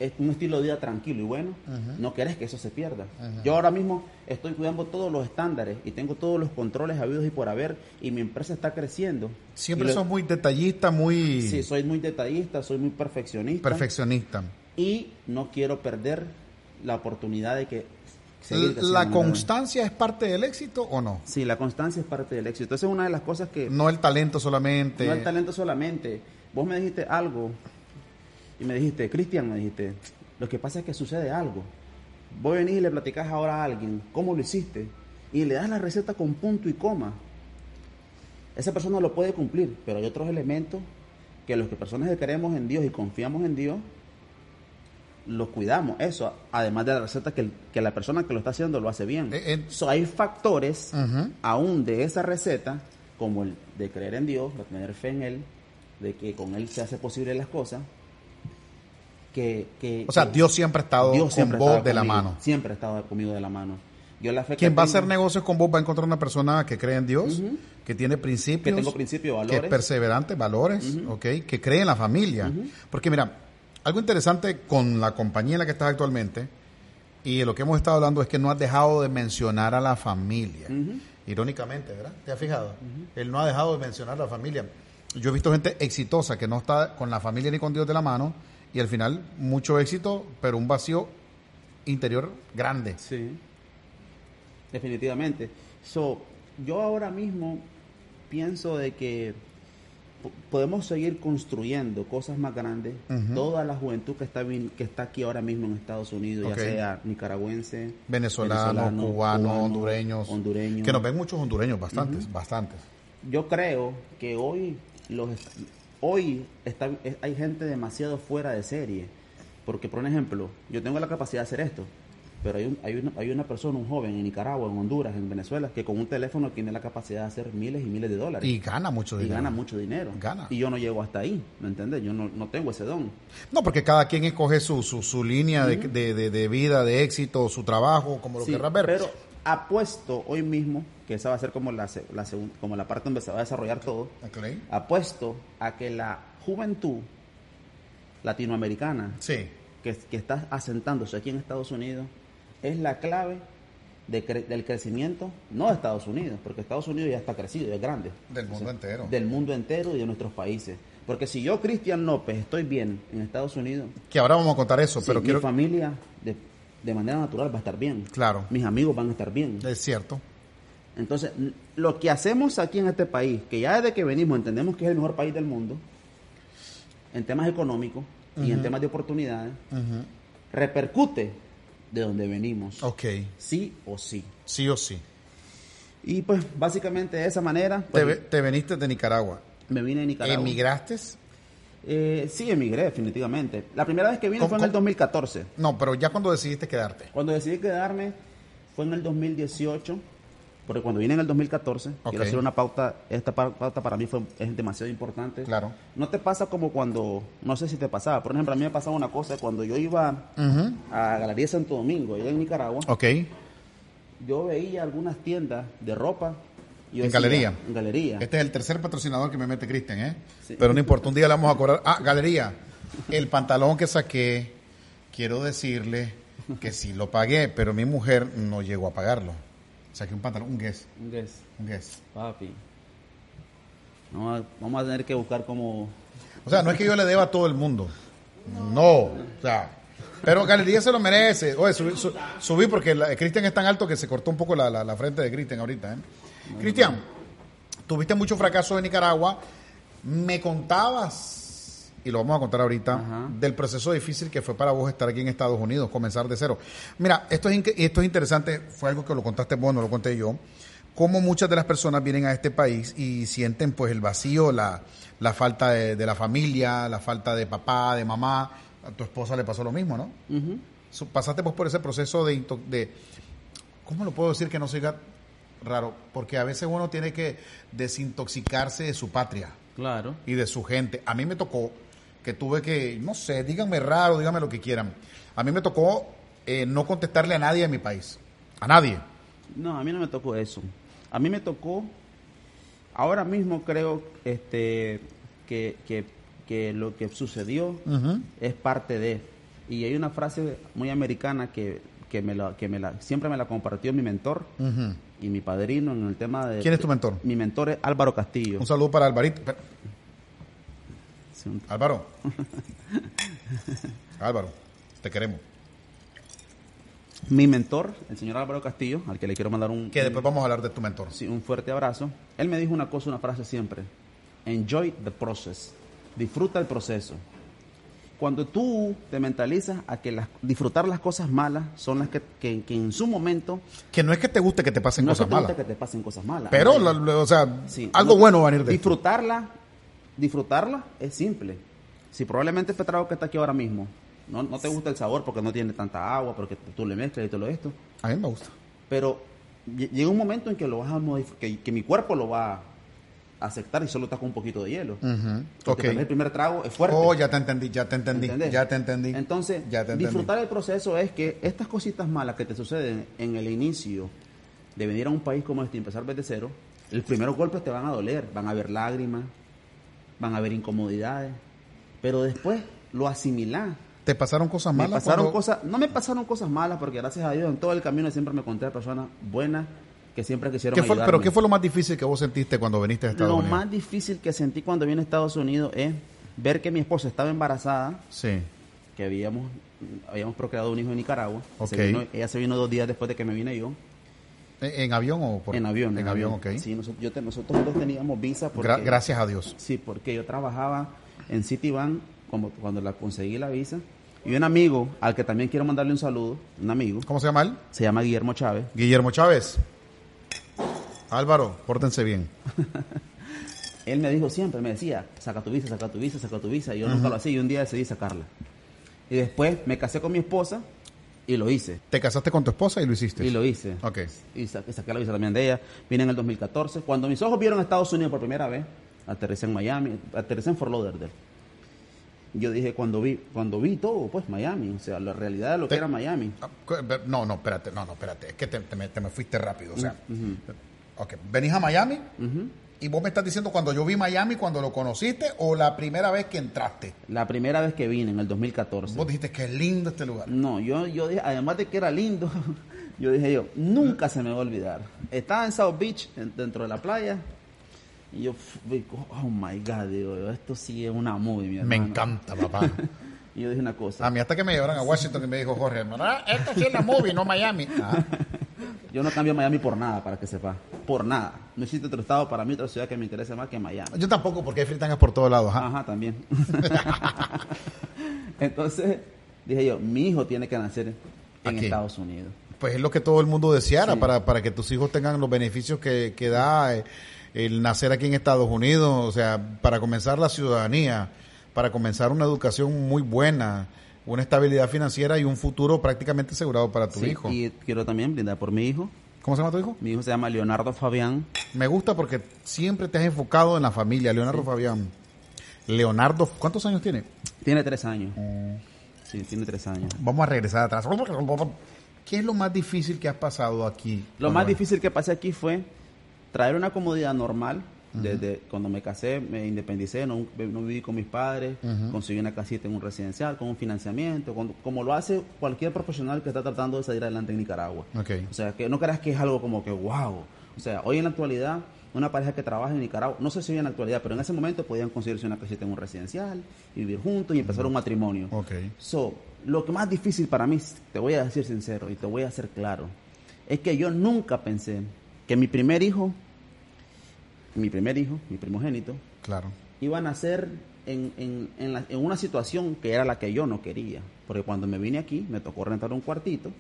S2: es- un estilo de vida tranquilo y bueno, no querés que eso se pierda. Yo ahora mismo estoy cuidando todos los estándares y tengo todos los controles habidos y por haber y mi empresa está creciendo.
S1: Siempre
S2: Y lo-
S1: sos muy detallista, muy
S2: Sí, soy muy detallista, soy muy perfeccionista
S1: perfeccionista.
S2: y no quiero perder la oportunidad de que... seguir creciendo,
S1: ¿La
S2: ¿no?
S1: constancia es parte del éxito o no?
S2: Sí, la constancia es parte del éxito. Esa es una de las cosas que...
S1: No el talento solamente.
S2: No el talento solamente. Vos me dijiste algo y me dijiste, Cristian, me dijiste, lo que pasa es que sucede algo. Vos venís y le platicás ahora a alguien cómo lo hiciste y le das la receta con punto y coma. Esa persona lo puede cumplir, pero hay otros elementos que los que personas que creemos en Dios y confiamos en Dios, los cuidamos. Eso, además de la receta que, el- que la persona que lo está haciendo lo hace bien.
S1: Eh, eh.
S2: So, hay factores
S1: Ujú.
S2: aún de esa receta, como el de creer en Dios, de tener fe en Él, de que con Él se hace posible las cosas, que... que
S1: O sea,
S2: que
S1: Dios siempre ha estado
S2: Dios
S1: con
S2: siempre ha
S1: vos
S2: estado
S1: de la
S2: conmigo,
S1: mano.
S2: Siempre ha estado conmigo de la mano. Yo la fe que
S1: Quien va a hacer
S2: tengo-
S1: negocios con vos va a encontrar una persona que cree en Dios, que tiene principios,
S2: Que tengo principios,
S1: que es
S2: valores.
S1: perseverante, valores, ¿ok? Que cree en la familia. Porque mira, algo interesante con la compañía en la que estás actualmente y lo que hemos estado hablando es que no has dejado de mencionar a la familia. Irónicamente, ¿verdad? ¿Te has fijado? Él no ha dejado de mencionar a la familia. Yo he visto gente exitosa que no está con la familia ni con Dios de la mano y al final mucho éxito, pero un vacío interior grande.
S2: Sí. Definitivamente. So, yo ahora mismo pienso de que po- podemos seguir construyendo cosas más grandes. Toda la juventud que está vin- que está aquí ahora mismo en Estados Unidos,
S1: Ok.
S2: ya sea nicaragüense,
S1: venezolanos,
S2: venezolano,
S1: cubanos,
S2: cubano,
S1: hondureños,
S2: hondureño.
S1: Que nos ven muchos hondureños, bastantes, bastantes.
S2: Yo creo que hoy los hoy está- es- hay gente demasiado fuera de serie. Porque, por un ejemplo, yo tengo la capacidad de hacer esto, pero hay, un- hay una, hay una persona, un joven en Nicaragua, en Honduras, en Venezuela, que con un teléfono tiene la capacidad de hacer miles y miles de dólares.
S1: Y gana mucho
S2: Y
S1: dinero.
S2: gana mucho dinero.
S1: Gana.
S2: Y yo no llego hasta ahí, ¿me entiendes? Yo no, no tengo ese don.
S1: No, porque cada quien escoge su, su, su línea de, de- de- de vida, de éxito, su trabajo, como lo
S2: Sí,
S1: querrás ver.
S2: Pero apuesto hoy mismo, que esa va a ser como la, se- la segun- como la parte donde se va a desarrollar todo,
S1: Ok.
S2: apuesto a que la juventud latinoamericana
S1: Sí.
S2: que, que está asentándose aquí en Estados Unidos es la clave de cre- del crecimiento, no de Estados Unidos, porque Estados Unidos ya está crecido, ya es grande.
S1: Del mundo entero.
S2: Del mundo entero y de nuestros países. Porque si yo, Cristian López, estoy bien en Estados Unidos,
S1: Que ahora vamos a contar eso,
S2: sí,
S1: pero
S2: mi
S1: quiero...
S2: familia de, de manera natural va a estar bien.
S1: Claro.
S2: Mis amigos van a estar bien.
S1: Es cierto.
S2: Entonces, n- lo que hacemos aquí en este país, que ya desde que venimos entendemos que es el mejor país del mundo, en temas económicos y en temas de oportunidades, repercute de donde venimos,
S1: Ok.
S2: sí o sí.
S1: Sí o sí.
S2: Y pues básicamente de esa manera
S1: Te,
S2: pues,
S1: ve- te veniste de Nicaragua.
S2: me vine de Nicaragua.
S1: ¿Emigraste?
S2: Eh, sí, emigré definitivamente. La primera vez que vine
S1: ¿Cómo-
S2: fue en el
S1: cómo?
S2: 2014.
S1: No, pero ya cuando decidiste quedarte.
S2: Cuando decidí quedarme fue en el 2018, porque cuando vine en el 2014,
S1: Ok.
S2: quiero hacer una pauta, esta pa- pauta para mí fue, es demasiado importante.
S1: Claro.
S2: No te pasa como cuando, no sé si te pasaba, por ejemplo, a mí me pasaba una cosa, cuando yo iba a Galería Santo Domingo, allá en Nicaragua,
S1: Ok.
S2: yo veía algunas tiendas de ropa. y yo
S1: En
S2: decía,
S1: Galería.
S2: En galería.
S1: Este es el tercer patrocinador que me mete Kristen, ¿eh?
S2: Sí.
S1: Pero no importa, un día le vamos a cobrar. Ah, galería, el pantalón que saqué, quiero decirle que sí lo pagué, pero mi mujer no llegó a pagarlo. Saqué un pantalón, un guess,
S2: Inglés,
S1: un guess.
S2: papi. Vamos a, vamos a tener que buscar como...
S1: O sea, no es que yo le deba a todo el mundo. No, o sea. Pero Galería se lo merece. Oye, subí, su- subí porque la- Cristian es tan alto que se cortó un poco la, la- la frente de Cristian ahorita. ¿eh? Cristian, tuviste mucho fracaso en Nicaragua. Me contabas, y lo vamos a contar ahorita,
S2: Ajá.
S1: del proceso difícil que fue para vos estar aquí en Estados Unidos, comenzar de cero. Mira, esto es, inque- esto es interesante, fue algo que lo contaste vos, no lo conté yo, cómo muchas de las personas vienen a este país y sienten pues el vacío, la, la falta de, de la familia, la falta de papá, de mamá. A tu esposa le pasó lo mismo, ¿no?
S2: Ujú.
S1: So, Pasaste pues por ese proceso de, into- de... ¿Cómo lo puedo decir que no siga raro? Porque a veces uno tiene que desintoxicarse de su patria
S2: Claro.
S1: y de su gente. A mí me tocó que tuve que, no sé, díganme raro, díganme lo que quieran. A mí me tocó eh, no contestarle a nadie en mi país. A nadie.
S2: No, a mí no me tocó eso. A mí me tocó, ahora mismo creo este, que, que- que lo que sucedió es parte de. Y hay una frase muy americana que, que, me la, que me la, siempre me la compartió mi mentor y mi padrino en el tema de...
S1: ¿Quién es tu mentor?
S2: Mi mentor es Álvaro Castillo.
S1: Un saludo para Alvarito. Espera,
S2: Sí, un- *laughs*
S1: Álvaro. Álvaro, te queremos.
S2: Mi mentor, el señor Álvaro Castillo, al que le quiero mandar un,
S1: Que después vamos a hablar de tu mentor.
S2: Sí, un fuerte abrazo. Él me dijo una cosa, una frase siempre. Enjoy the process. Disfruta el proceso. Cuando tú te mentalizas a que las- disfrutar las cosas malas son las que, que- que en su momento
S1: Que no es que te guste que te pasen
S2: no es que
S1: cosas
S2: te gusta
S1: malas.
S2: que te pasen cosas malas.
S1: Pero,
S2: Ay,
S1: lo- lo- o sea,
S2: sí.
S1: algo
S2: No-
S1: bueno va a venir de esto.
S2: Disfrutarla, disfrutarla es simple. Si probablemente este trago que está aquí ahora mismo no, no te gusta el sabor porque no tiene tanta agua, porque tú le mezclas y todo lo esto,
S1: A mí me gusta.
S2: pero lle- llega un momento en que lo vas a modif- que, que mi cuerpo lo va a aceptar y solo está con un poquito de hielo. Porque
S1: ok.
S2: tal vez el primer trago es fuerte.
S1: Oh, ya te entendí, ya te entendí,
S2: ¿entendés?
S1: ya te entendí.
S2: Entonces,
S1: ya te entendí.
S2: disfrutar el proceso es que estas cositas malas que te suceden en el inicio de venir a un país como este y empezar desde cero, los primeros golpes te van a doler, van a haber lágrimas, van a haber incomodidades, pero después lo asimilás
S1: ¿Te pasaron cosas
S2: me
S1: malas?
S2: pasaron
S1: cuando-
S2: cosas, no me pasaron cosas malas porque gracias a Dios en todo el camino siempre me encontré personas buenas que siempre quisieron
S1: ¿Qué fue-
S2: ayudarme.
S1: ¿Pero qué fue lo más difícil que vos sentiste cuando viniste a Estados
S2: Lo
S1: Unidos?
S2: más difícil que sentí cuando vine a Estados Unidos es ver que mi esposa estaba embarazada,
S1: Sí.
S2: que habíamos habíamos procreado un hijo en Nicaragua. Se
S1: Ok.
S2: vino- ella se vino dos días después de que me vine yo
S1: ¿E-, ¿En en avión o por...?
S2: en avión.
S1: En avión, ok.
S2: Sí, nosotros, yo te- nosotros dos teníamos visa porque
S1: Gra- gracias a Dios.
S2: Sí, porque yo trabajaba en Citibank como cuando la conseguí la visa y un amigo al que también quiero mandarle un saludo, un amigo
S1: ¿Cómo se llama él?
S2: se llama Guillermo Chávez.
S1: Guillermo Chávez. Álvaro, pórtense bien.
S2: Él me dijo siempre, me decía, saca tu visa, saca tu visa, saca tu visa. Y yo nunca lo hacía y un día decidí sacarla. Y después me casé con mi esposa y lo hice.
S1: ¿Te casaste con tu esposa y lo hiciste?
S2: Y lo hice.
S1: Ok.
S2: Y sa- y saqué la visa también de ella. Vine en el 2014. Cuando mis ojos vieron a Estados Unidos por primera vez, aterricé en Miami, aterricé en Fort Lauderdale. Yo dije, cuando vi, cuando vi todo, pues Miami, o sea, la realidad de lo que
S1: Te-
S2: era Miami.
S1: Ah, cu- ve- No, no, espérate, no, no, espérate. Es que te, te me, te me fuiste rápido. O sea,
S2: Mm.
S1: ok, venís a Miami y vos me estás diciendo cuando yo vi Miami, cuando lo conociste o la primera vez que entraste.
S2: La primera vez que vine, en el 2014.
S1: Vos dijiste que es lindo este lugar.
S2: No, yo, yo dije, además de que era lindo, *laughs* yo dije yo, nunca se me va a olvidar. Estaba en South Beach, en- dentro de la playa, y yo, f- digo, oh my God, digo yo, esto sí es una movie, mi
S1: me
S2: hermano.
S1: encanta,
S2: *laughs*
S1: papá.
S2: Y yo dije una cosa,
S1: A mí hasta que me llevaron a Washington y me dijo Jorge, "Ah, esto sí es la movie, no Miami. Ah,
S2: yo no cambio Miami por nada, para que sepa, por nada. No existe otro estado para mí, otra ciudad que me interese más que Miami.
S1: yo tampoco porque hay fritangas por todos lados. ajá.
S2: Ajá, también.
S1: *laughs*
S2: *laughs* Entonces, dije yo, mi hijo tiene que nacer en
S1: Aquí.
S2: Estados Unidos.
S1: Pues es lo que todo el mundo deseara
S2: Sí.
S1: para, para que tus hijos tengan los beneficios que, que da eh, el nacer aquí en Estados Unidos, o sea, para comenzar la ciudadanía, para comenzar una educación muy buena, una estabilidad financiera y un futuro prácticamente asegurado para tu
S2: Sí,
S1: hijo.
S2: Y quiero también brindar por mi hijo.
S1: ¿Cómo se llama tu hijo?
S2: Mi hijo se llama Leonardo Fabián.
S1: Me gusta porque siempre te has enfocado en la familia, Leonardo Fabián. Leonardo, ¿cuántos años tiene?
S2: Tiene tres años. Sí, tiene tres años.
S1: Vamos a regresar atrás. ¿Qué es lo más difícil que has pasado aquí?
S2: Lo más difícil que pasé aquí fue traer una comodidad normal. Desde cuando me casé, me independicé, no, no viví con mis padres, conseguí una casita en un residencial, con un financiamiento, con- como lo hace cualquier profesional que está tratando de salir adelante en Nicaragua.
S1: Ok.
S2: O sea, que no creas que es algo como que wow. O sea, hoy en la actualidad, una pareja que trabaja en Nicaragua, no sé si hoy en la actualidad, pero en ese momento podían conseguirse una casita en un residencial, y vivir juntos y empezar un matrimonio.
S1: Ok.
S2: So, lo que más difícil para mí, te voy a decir sincero y te voy a ser claro, es que yo nunca pensé que mi primer hijo, mi primer hijo, mi primogénito,
S1: Claro.
S2: iba a nacer en, en- en la- en una situación que era la que yo no quería. Porque cuando me vine aquí, me tocó rentar un cuartito.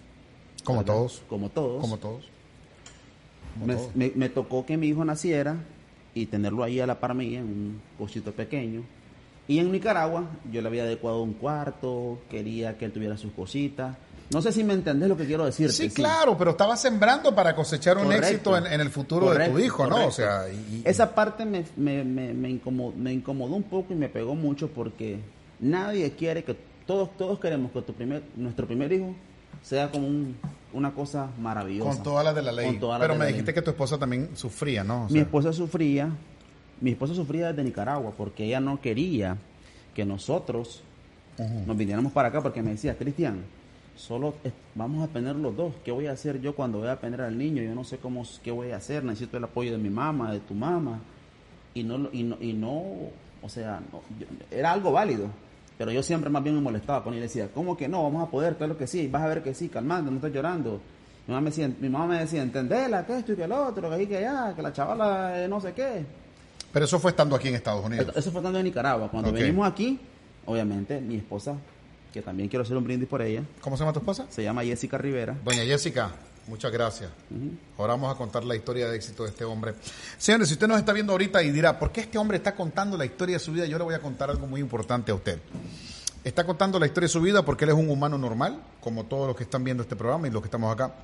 S1: Como
S2: ¿verdad?
S1: todos.
S2: Como todos.
S1: Como todos. como
S2: me,
S1: todos.
S2: me- me tocó que mi hijo naciera y tenerlo ahí a la par mía, en un cosito pequeño. Y en Nicaragua yo le había adecuado un cuarto, quería que él tuviera sus cositas. No sé si me entendés lo que quiero decirte.
S1: Sí, claro, pero estaba sembrando para cosechar un
S2: Correcto.
S1: éxito en, en el futuro de tu
S2: Correcto,
S1: hijo, ¿no?
S2: correcto.
S1: O sea, y- y-
S2: Esa parte me, me- me- me incomodó, me incomodó un poco y me pegó mucho porque nadie quiere que, todos todos queremos que tu primer, nuestro primer hijo sea como un- una cosa maravillosa.
S1: con todas las de la ley.
S2: Con todas las
S1: pero
S2: de
S1: me
S2: la ley.
S1: dijiste que tu esposa también sufría, ¿no? O
S2: mi
S1: sea,
S2: esposa sufría, mi esposa sufría desde Nicaragua porque ella no quería que nosotros nos viniéramos para acá porque me decía, Cristian, solo es- vamos a tener los dos, ¿qué voy a hacer yo cuando voy a tener al niño? Yo no sé cómo, s- qué voy a hacer, necesito el apoyo de mi mamá, de tu mamá. Y no, lo- y no, y no o sea, no, yo- era algo válido. Pero yo siempre más bien me molestaba con él y decía, ¿cómo que no? Vamos a poder, claro que sí, vas a ver que sí, calmando, no estás llorando. Mi mamá me decía, mi mamá me decía entendela, que esto y que el otro, que ahí que allá, que la chavala eh, no sé qué.
S1: Pero eso fue estando aquí en Estados Unidos.
S2: Eso fue tanto en Nicaragua. Cuando
S1: Ok.
S2: venimos aquí, obviamente, mi esposa, que también quiero hacer un brindis por ella,
S1: ¿Cómo se llama tu esposa?
S2: se llama Jessica Rivera.
S1: Doña Jessica, muchas gracias. Ahora vamos a contar la historia de éxito de este hombre. Señores, si usted nos está viendo ahorita y dirá, ¿por qué este hombre está contando la historia de su vida? Yo le voy a contar algo muy importante a usted. Está contando la historia de su vida porque él es un humano normal, como todos los que están viendo este programa y los que estamos acá.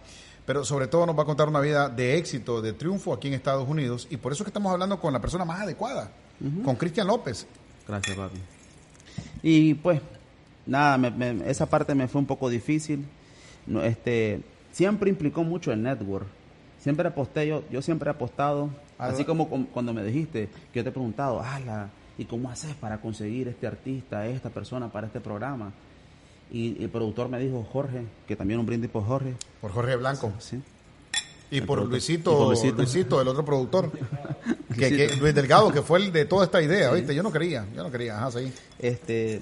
S1: Pero sobre todo nos va a contar una vida de éxito, de triunfo aquí en Estados Unidos. Y por eso es que estamos hablando con la persona más adecuada, con Cristian López.
S2: Gracias, papi. Y pues, nada, me- me- esa parte me fue un poco difícil. No, este, siempre implicó mucho el network. Siempre aposté, yo, yo siempre he apostado.
S1: Ah,
S2: así
S1: ¿verdad?
S2: como com- cuando me dijiste, que yo te he preguntado, ala, ¿y cómo haces para conseguir este artista, esta persona para este programa? Y el productor me dijo, Jorge, que también un brindis por Jorge.
S1: Por Jorge Blanco.
S2: Sí.
S1: Y
S2: El
S1: por,
S2: productor.
S1: Luisito,
S2: Y por
S1: Luisito.
S2: Luisito.
S1: el otro
S2: *laughs*
S1: productor. que, que- Luis Delgado, que fue el de toda esta idea, ¿viste? Yo no quería, yo no quería. Ajá, sí.
S2: este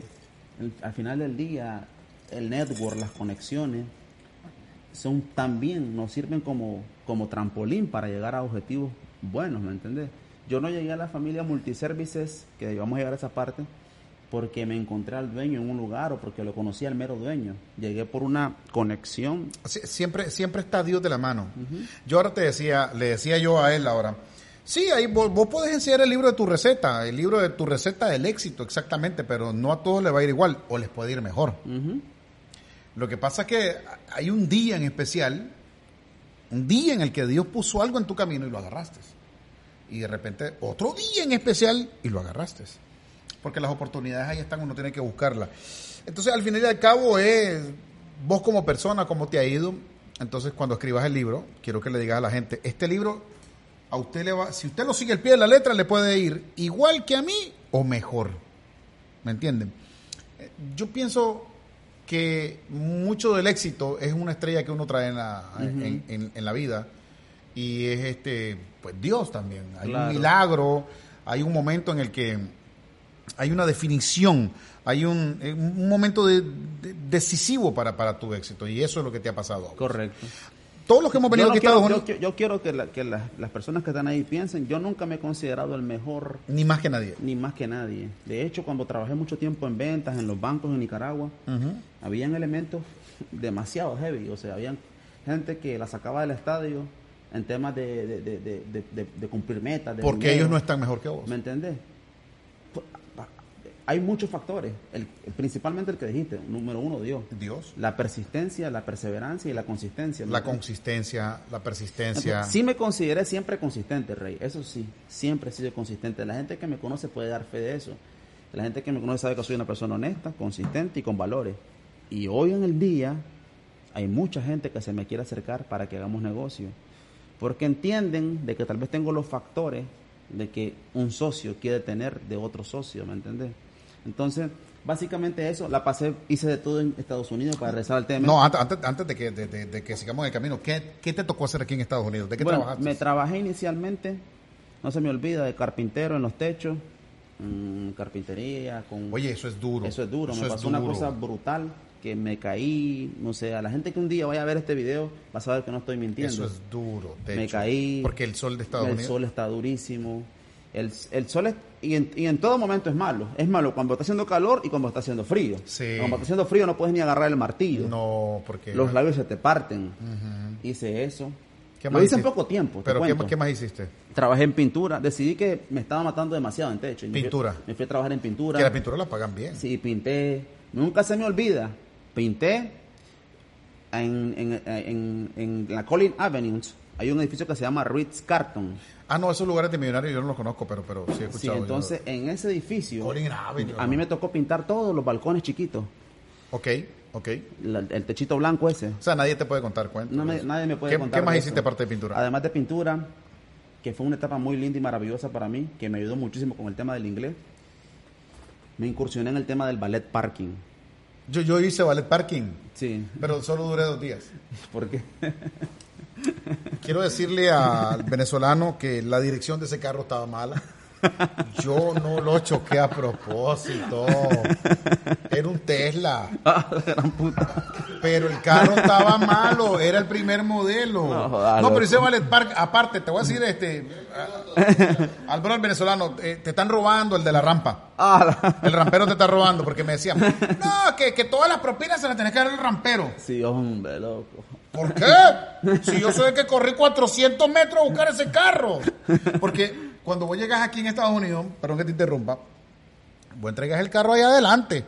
S2: el- al final del día el network las conexiones son también nos sirven como como trampolín para llegar a objetivos buenos ¿me entendés? yo no llegué a la familia multiservices que vamos a llegar a esa parte porque me encontré al dueño en un lugar o porque lo conocí al mero dueño llegué por una conexión
S1: Sie- Siempre, siempre está Dios de la mano. Yo ahora te decía, le decía yo a él ahora, Sí, ahí vos, vos podés enseñar el libro de tu receta, el libro de tu receta del éxito, exactamente, pero no a todos les va a ir igual o les puede ir mejor. Lo que pasa es que hay un día en especial, un día en el que Dios puso algo en tu camino y lo agarraste. Y de repente otro día en especial y lo agarraste. Porque las oportunidades ahí están, uno tiene que buscarlas. Entonces, al final y al cabo, es vos como persona, cómo te ha ido. Entonces, cuando escribas el libro, quiero que le digas a la gente, este libro a usted le va, si usted lo sigue al pie de la letra, le puede ir igual que a mí o mejor. ¿Me entienden? Eh, Yo pienso que mucho del éxito es una estrella que uno trae en la, en, en- en la vida y es este, pues Dios también. Hay un
S2: Claro.
S1: milagro, hay un momento en el que hay una definición, hay un, eh, un momento de- de- decisivo para, para tu éxito y eso es lo que te ha pasado. a vos.
S2: Correcto.
S1: Todos los que hemos
S2: Yo,
S1: venido
S2: no
S1: aquí a
S2: quiero,
S1: Estados
S2: yo
S1: Unidos,
S2: qui- yo quiero que, la- que las- las personas que están ahí piensen, yo nunca me he considerado el mejor
S1: ni más que nadie.
S2: ni más que nadie. De hecho, cuando trabajé mucho tiempo en ventas, en los bancos en Nicaragua,
S1: Ujú.
S2: habían elementos demasiado heavy. O sea, habían gente que la sacaba del estadio en temas de, de- de- de- de- de- de cumplir metas. de
S1: Porque
S2: dinero.
S1: ellos no están mejor que vos.
S2: ¿Me entendés? Pu- pa- Hay muchos factores, el, principalmente el que dijiste, número uno, Dios.
S1: Dios.
S2: La persistencia, la perseverancia y la consistencia. ¿me
S1: La
S2: entendés?
S1: consistencia, la persistencia.
S2: Sí me consideré siempre consistente, Rey. Eso sí, siempre he sido consistente. La gente que me conoce puede dar fe de eso. La gente que me conoce sabe que soy una persona honesta, consistente y con valores. Y hoy en el día hay mucha gente que se me quiere acercar para que hagamos negocio. Porque entienden de que tal vez tengo los factores de que un socio quiere tener de otro socio, ¿me entendés? Entonces, básicamente eso, la pasé, hice de todo en Estados Unidos para regresar al tema.
S1: No, antes, antes, antes de, que, de, de- de que sigamos en el camino, ¿qué, qué te tocó hacer aquí en Estados Unidos? ¿De qué
S2: Bueno,
S1: trabajaste?
S2: Me trabajé inicialmente, no se me olvida, de carpintero en los techos, mm, carpintería, con...
S1: Oye, eso es duro.
S2: Eso es duro,
S1: Eso
S2: me
S1: es
S2: pasó una
S1: duro.
S2: cosa brutal que me caí, no sé, a la gente que un día vaya a ver este video va a saber que no estoy mintiendo.
S1: Eso es duro. de
S2: me
S1: hecho.
S2: caí.
S1: Porque el sol de Estados
S2: el
S1: Unidos.
S2: sol está durísimo. El, el sol es- y, en, y en todo momento es malo. Es malo cuando está haciendo calor y cuando está haciendo frío.
S1: Sí.
S2: Cuando está haciendo frío no puedes ni agarrar el martillo.
S1: No, porque.
S2: Los labios se te parten. Hice eso.
S1: ¿Qué
S2: Lo
S1: más
S2: hice en
S1: hiciste?
S2: poco tiempo. te
S1: Pero, ¿qué,
S2: cuento.
S1: qué más hiciste?
S2: Trabajé en pintura. Decidí que me estaba matando demasiado en techo. Y me fui-
S1: Pintura.
S2: Me fui a trabajar en pintura.
S1: Que la pintura la pagan bien.
S2: Sí, pinté. Nunca se me olvida. Pinté en, en- en- en la Collin Avenue. Hay un edificio que se llama Ritz Carton.
S1: Ah, no, esos lugares de millonarios yo no los conozco, pero, pero sí he
S2: Sí,
S1: escuchado. yo.
S2: entonces en ese edificio
S1: Collin Avenue,
S2: a mí me tocó pintar todos los balcones chiquitos.
S1: Ok, ok.
S2: La- el techito blanco ese.
S1: O sea, nadie te puede contar cuentos.
S2: No me- nadie me puede
S1: ¿Qué,
S2: contar.
S1: ¿Qué más
S2: de
S1: hiciste
S2: eso.
S1: aparte de pintura?
S2: Además de pintura, que fue una etapa muy linda y maravillosa para mí, que me ayudó muchísimo con el tema del inglés. Me incursioné en el tema del ballet parking.
S1: Yo, yo hice ballet parking,
S2: *laughs* Sí,
S1: pero solo duré dos días. *laughs*
S2: porque
S1: Quiero decirle al venezolano que la dirección de ese carro estaba mala. Yo no lo choqué a propósito. Era un Tesla.
S2: Ah,
S1: Pero el carro estaba malo. Era el primer modelo.
S2: No, joda,
S1: No, pero
S2: loco.
S1: ese Ballet Park, aparte, te voy a decir, este, a- al brother venezolano, eh, te están robando el de la rampa. El rampero te está robando porque me decían, no, que, que todas las propinas se las tenés que dar al rampero.
S2: sí, hombre, loco.
S1: ¿Por qué? Si yo soy el que corrí 400 metros a buscar ese carro. Porque cuando vos llegas aquí en Estados Unidos, perdón que te interrumpa, vos entregas el carro ahí adelante.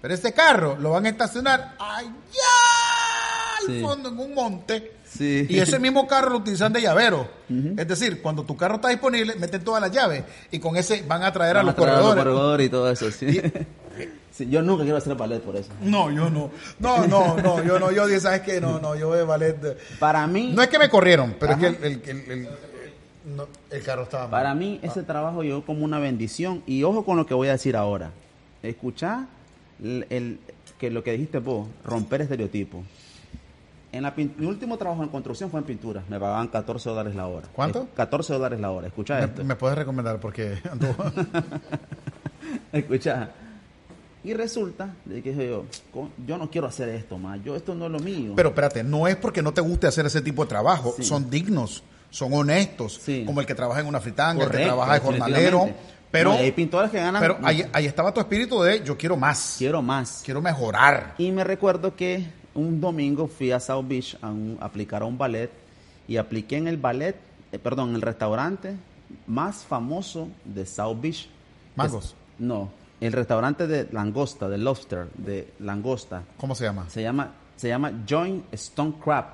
S1: Pero ese carro lo van a estacionar allá al
S2: Sí.
S1: fondo en un monte.
S2: Sí.
S1: Y ese mismo carro lo utilizan de llavero. Es decir, cuando tu carro está disponible, meten todas las llaves y con ese van a traer a los
S2: Atrás de
S1: corredores.
S2: corredores y todo eso, sí. *laughs* Sí, yo nunca quiero hacer ballet por eso.
S1: No, yo no. No, no, no, yo no. Yo dije, ¿sabes qué? No, no, yo de ballet.
S2: Para mí,
S1: No es que me corrieron, pero es que el, el, el- el- el- no, el carro estaba mal.
S2: para mí ese trabajo llegó como una bendición. Y ojo con lo que voy a decir ahora. Escuchá el, el- que lo que dijiste vos, romper estereotipos. En la pin- mi último trabajo en construcción fue en pintura. Me pagaban 14 dólares la hora.
S1: ¿Cuánto?
S2: Eh, 14 dólares la hora. Escucha
S1: ¿Me,
S2: esto. *laughs*
S1: me puedes recomendar porque *laughs* ando-
S2: Escucha. Y resulta de que dije yo, "Co- yo no quiero hacer esto más. Yo esto no es lo mío.
S1: Pero espérate, no es porque no te guste hacer ese tipo de trabajo.
S2: Sí.
S1: Son dignos, son honestos.
S2: Sí.
S1: Como el que trabaja en una fritanga, el que
S2: Correcto,
S1: trabaja de jornalero.
S2: definitivamente.
S1: Pero,
S2: No, y hay pintores que ganan.
S1: pero ahí, ahí estaba tu espíritu de yo quiero más, quiero,
S2: quiero más.
S1: mejorar.
S2: Y me recuerdo que un domingo fui a South Beach a, un- a aplicar a un ballet y apliqué en el ballet, eh, perdón, en el restaurante más famoso de South Beach.
S1: Mangos.
S2: Es- no, el restaurante de langosta, de lobster, de langosta.
S1: ¿Cómo se llama?
S2: Se llama, se llama Joint Stone Crab.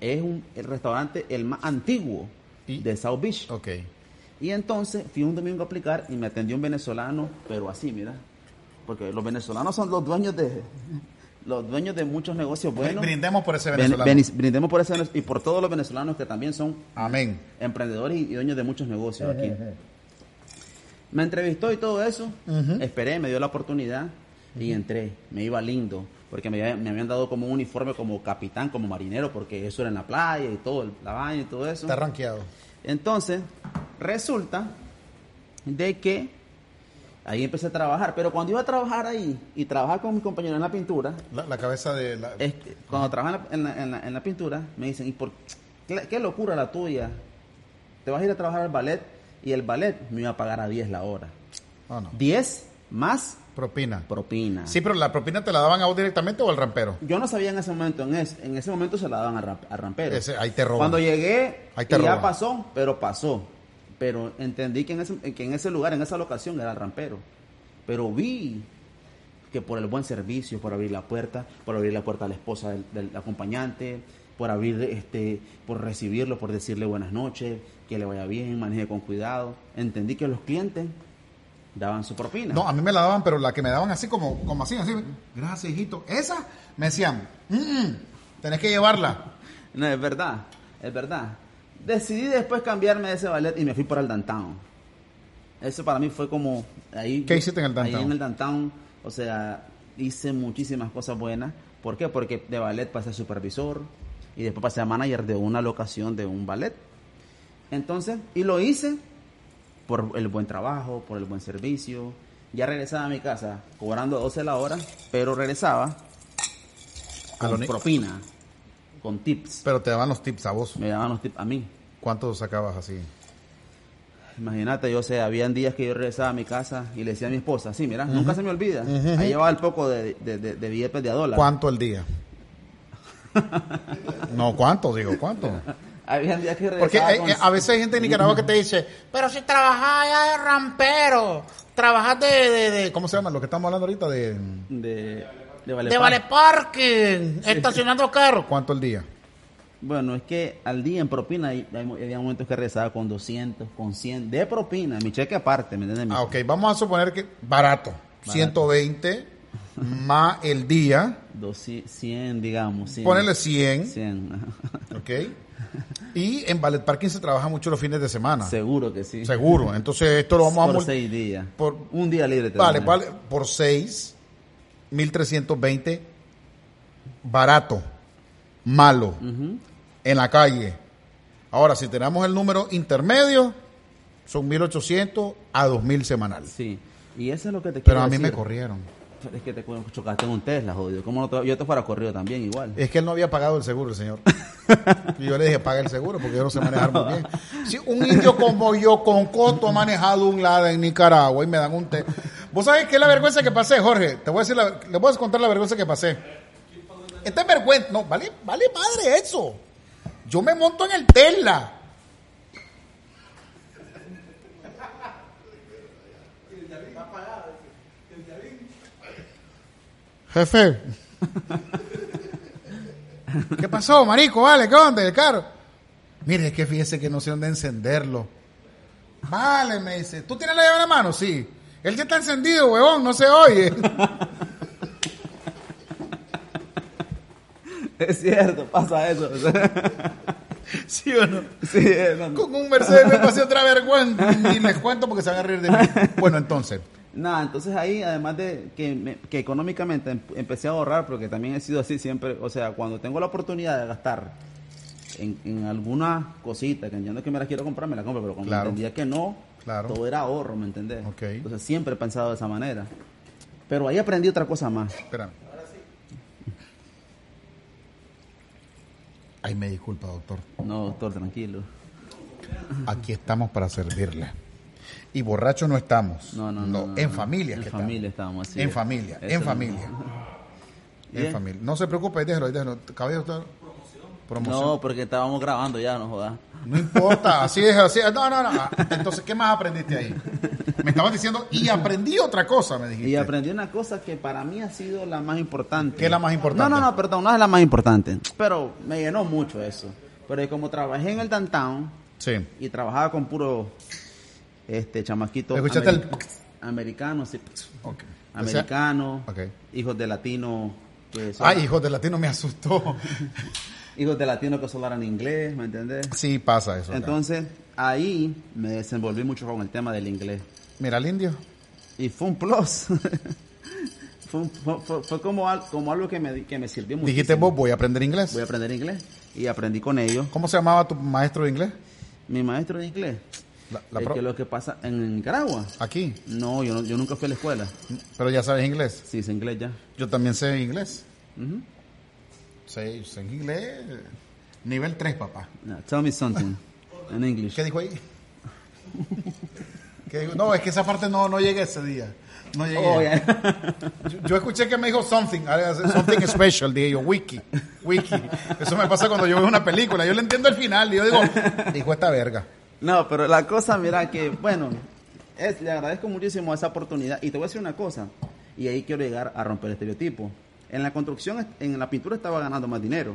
S2: Es un, el restaurante el más antiguo
S1: ¿Y?
S2: de South Beach.
S1: Ok.
S2: Y entonces fui un domingo a aplicar y me atendió un venezolano, pero así, mira. Porque los venezolanos son los dueños de los dueños de muchos negocios buenos.
S1: Brindemos por ese
S2: Ven-
S1: venezolano.
S2: beni- brindemos por ese venez- y por todos los venezolanos que también son
S1: Amén.
S2: emprendedores y y dueños de muchos negocios aquí. Me entrevistó y todo eso. Esperé, me dio la oportunidad y entré. Me iba lindo porque me, había- me habían dado como un uniforme como capitán, como marinero, porque eso era en la playa y todo, el- la baña y todo eso.
S1: Está rankeado.
S2: Entonces, resulta de que ahí empecé a trabajar, pero cuando iba a trabajar ahí y trabajar con mis compañeros en la pintura,
S1: La, la cabeza de... La...
S2: es que cuando trabajan en la, en la- en la pintura, me dicen, ¿y por qué, qué locura la tuya? Te vas a ir a trabajar al ballet y el ballet me iba a pagar a 10 la hora.
S1: Ah, no.
S2: 10 más
S1: Propina.
S2: propina.
S1: Sí, pero la propina te la daban a vos directamente o al rampero.
S2: Yo no sabía en ese momento, en, es- en ese momento se la daban a, ram- a rampero.
S1: Ese- ahí te roban.
S2: Cuando llegué,
S1: Ahí te
S2: y
S1: roban.
S2: ya pasó, pero pasó. Pero entendí que en, ese, que en ese lugar, en esa locación, era el rampero. Pero vi que por el buen servicio, por abrir la puerta, por abrir la puerta a la esposa del, del acompañante, por abrir, este, por recibirlo, por decirle buenas noches, que le vaya bien, maneje con cuidado. Entendí que los clientes daban su propina.
S1: No, a mí me la daban, pero la que me daban así como, como así, así. Gracias, hijito. Esa me decían, "Mm, tenés que llevarla.
S2: No, es verdad, es verdad. Decidí después cambiarme de ese ballet y me fui para el downtown. Eso para mí fue como... Ahí,
S1: ¿Qué hiciste en el downtown?
S2: Ahí en el downtown, o sea, hice muchísimas cosas buenas. ¿Por qué? Porque de ballet pasé a supervisor y después pasé a manager de una locación de un ballet. Entonces, y lo hice por el buen trabajo, por el buen servicio. Ya regresaba a mi casa cobrando 12 la hora, pero regresaba
S1: A lo
S2: con
S1: ne-
S2: propina, con tips.
S1: Pero te daban los tips a vos.
S2: Me daban los tips a mí.
S1: ¿Cuántos sacabas así?
S2: Imagínate, yo sé, habían días que yo regresaba a mi casa y le decía a mi esposa, sí, mira, nunca se me olvida. Ahí llevaba el poco de, de, de, de billetes de a dólar.
S1: ¿Cuánto al día? No, ¿cuánto? Digo, ¿cuánto?
S2: Habían días que
S1: Porque
S2: regresaba
S1: hay-
S2: con-
S1: a veces hay gente en Nicaragua que te dice, pero si trabajas allá de rampero, trabajas de, de, de- ¿Cómo se llama? Lo que estamos hablando ahorita de...
S2: de, de vale
S1: De
S2: pan.
S1: vale parking, estacionando carros. ¿Cuánto al día?
S2: Bueno, es que al día en propina hay- hay mo- había momentos que regresaba con 200, con 100, de propina, mi cheque aparte, ¿me entiendes? Mi-
S1: Ah, ok, vamos a suponer que barato, 120 más el día,
S2: 200, 100, digamos. 100,
S1: ponele 100,
S2: 100, ajá.
S1: ok. Y en Ballet Parking se trabaja mucho los fines de semana,
S2: Seguro que sí.
S1: Ah. seguro. Entonces esto lo vamos a
S2: por
S1: mul-
S2: seis días.
S1: por-
S2: un día libre. te
S1: Vale,
S2: dan.
S1: vale, por 6, 1320, barato, malo, en la calle. Ahora, si tenemos el número intermedio, son 1800 a 2000 semanales.
S2: Sí. Y eso es lo que te
S1: Pero
S2: quiero
S1: a mí me
S2: decir.
S1: corrieron.
S2: Es que te cu- chocaste en un Tesla, jodido. ¿Cómo no te- yo te fuera corrido también, igual. *laughs*
S1: Es que él no había pagado el seguro, el señor. Y yo le dije, paga el seguro porque yo no sé manejar muy bien. Si un indio como yo, con coto, ha manejado un Lada en Nicaragua y me dan un té. ¿Vos sabés qué es la vergüenza que pasé, Jorge? Te voy a decir, la- le voy a contar la vergüenza que pasé. Esta es vergüenza. No, vale, vale madre eso. Yo me monto en el Tesla. Jefe, ¿Qué pasó, marico? Vale, ¿qué onda el carro? Mire, es que fíjese que no sé dónde encenderlo. Vale, me dice. ¿Tú tienes la llave en la mano? Sí. El que está encendido, huevón, no se oye.
S2: Es cierto, pasa eso.
S1: *laughs*
S2: *laughs*
S1: ¿Sí o no?
S2: sí, eh, no, no.
S1: Con un Mercedes me pasé otra vergüenza. Ni les cuento porque se van a reír de mí. Bueno, entonces.
S2: Nada, entonces ahí, además de que, me- que económicamente em- empecé a ahorrar, porque también he sido así siempre, o sea, cuando tengo la oportunidad de gastar en, en alguna cosita, que entiendo que me la quiero comprar, me la compro, pero cuando
S1: Claro.
S2: entendía que no,
S1: Claro.
S2: todo era ahorro, ¿me entendés?
S1: Ok.
S2: Entonces siempre he pensado de esa manera. Pero ahí aprendí otra cosa más.
S1: Espérame. Ay, me disculpa, doctor.
S2: No, doctor, tranquilo.
S1: Aquí estamos para servirle. Y borrachos no estamos.
S2: No, no, no. no,
S1: en
S2: no.
S1: familia.
S2: En
S1: que
S2: familia estábamos así.
S1: En
S2: es.
S1: familia,
S2: Eso
S1: en
S2: no.
S1: familia. En
S2: Bien.
S1: familia. No se preocupe, déjelo, ahí, déjelo. Cabello está- Promoción.
S2: No, porque estábamos grabando ya, no jodas.
S1: No importa, así es, así es. No, no, no. Entonces, ¿qué más aprendiste ahí? Me estabas diciendo, y aprendí otra cosa, me dijiste.
S2: Y aprendí una cosa que para mí ha sido la más importante.
S1: ¿Qué es la más importante?
S2: No, no, no, perdón, no es la más importante. Pero me llenó mucho eso. Pero como trabajé en el downtown
S1: Sí.
S2: y trabajaba con puro este chamaquito
S1: ¿Escuchaste el-
S2: americano, sí, pues,
S1: Ok. O sea,
S2: americano,
S1: ok. Ah,
S2: hijos de latino que son-
S1: Ay, hijos de latino, me asustó.
S2: hijos de latino que solo hablan inglés, ¿me entendés?
S1: Sí, pasa eso. acá.
S2: Entonces, ahí me desenvolví mucho con el tema del inglés.
S1: Mira al indio.
S2: Y fue un plus. *laughs* fue, un- fue- fue- fue como, al- como algo que me, di- que me sirvió mucho.
S1: Dijiste vos, voy a aprender inglés.
S2: Voy a aprender inglés. Y aprendí con ellos.
S1: ¿Cómo se llamaba tu maestro de inglés?
S2: Mi maestro de inglés.
S1: La- la
S2: es
S1: pro-
S2: que lo que pasa en Nicaragua.
S1: Aquí.
S2: No yo, no, yo nunca fui a la escuela.
S1: Pero ya sabes inglés.
S2: Sí, es inglés ya.
S1: Yo también sé inglés. Sí, sé inglés. Nivel 3, papá.
S2: No, tell me something. En English.
S1: ¿Qué dijo ahí? ¿Qué dijo? No, es que esa parte no, no llegué ese día. No llegué.
S2: Oh, yeah.
S1: Yo, yo escuché que me dijo something, ah, something special, dije yo, wiki, wiki. Eso me pasa cuando yo veo una película, yo le entiendo el final y yo digo, dijo esta verga.
S2: No, pero la cosa, mira que, bueno, es- le agradezco muchísimo esa oportunidad. Y te voy a decir una cosa, y ahí quiero llegar a romper el estereotipo. En la construcción, en la pintura estaba ganando más dinero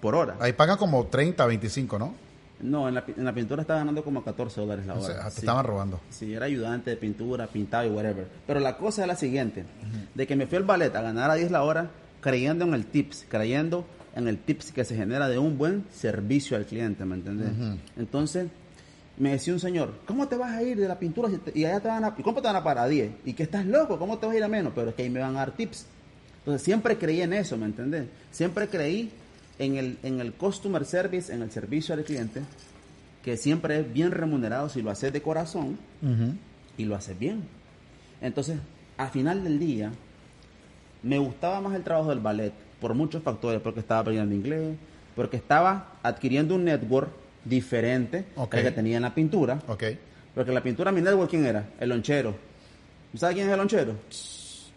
S2: por hora.
S1: Ahí pagan como 30, 25, ¿no?
S2: No, en la, pi- en la pintura estaba ganando como 14 dólares la
S1: O
S2: hora.
S1: sea, te
S2: Sí.
S1: estaban robando.
S2: Sí, era ayudante de pintura, pintado y whatever. Pero la cosa es la siguiente, de que me fui al ballet a ganar a 10 la hora creyendo en el tips, creyendo en el tips que se genera de un buen servicio al cliente, ¿me entiendes? Entonces, me decía un señor, ¿cómo te vas a ir de la pintura si te- y allá te van a, ¿y cómo te van a pagar a 10? ¿Y que estás loco? ¿Cómo te vas a ir a menos? Pero es que ahí me van a dar tips. Entonces, siempre creí en eso, ¿me entendés? Siempre creí en el, en el customer service, en el servicio al cliente, que siempre es bien remunerado si lo haces de corazón y lo haces bien. Entonces, al final del día, me gustaba más el trabajo del ballet por muchos factores, porque estaba aprendiendo inglés, porque estaba adquiriendo un network diferente
S1: Ok.
S2: al que tenía en la pintura,
S1: Ok.
S2: porque en la pintura mi network quién era? El lonchero. ¿Sabes quién es el lonchero?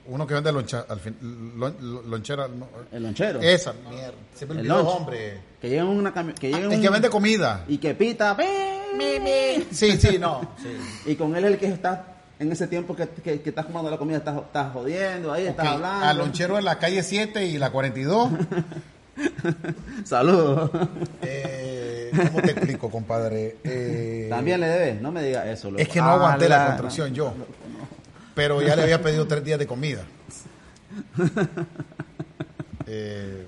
S1: Uno que vende loncha, al fin, lon- lon- lonchera. no,
S2: El lonchero.
S1: Esa mierda. Siempre
S2: El
S1: olvido el
S2: lunch.
S1: hombre.
S2: Que llega en una cami- que
S1: Ah,
S2: llega en
S1: el que
S2: un-
S1: vende comida.
S2: y que pita,
S1: Sí, *laughs* sí, no.
S2: Y con él es el que está en ese tiempo que, que, que estás comiendo la comida, estás, estás jodiendo, ahí estás
S1: Ok,
S2: hablando.
S1: Al lonchero en la calle 7 y la 42.
S2: *laughs*
S1: *laughs*
S2: Saludos.
S1: Eh, ¿Cómo te explico, compadre? Eh,
S2: También le Ah, debes, no me digas eso. loco.
S1: Es que no aguanté Ah, la
S2: Ala.
S1: construcción yo. Pero ya le había pedido tres días de
S2: *laughs*
S1: comida. Eh,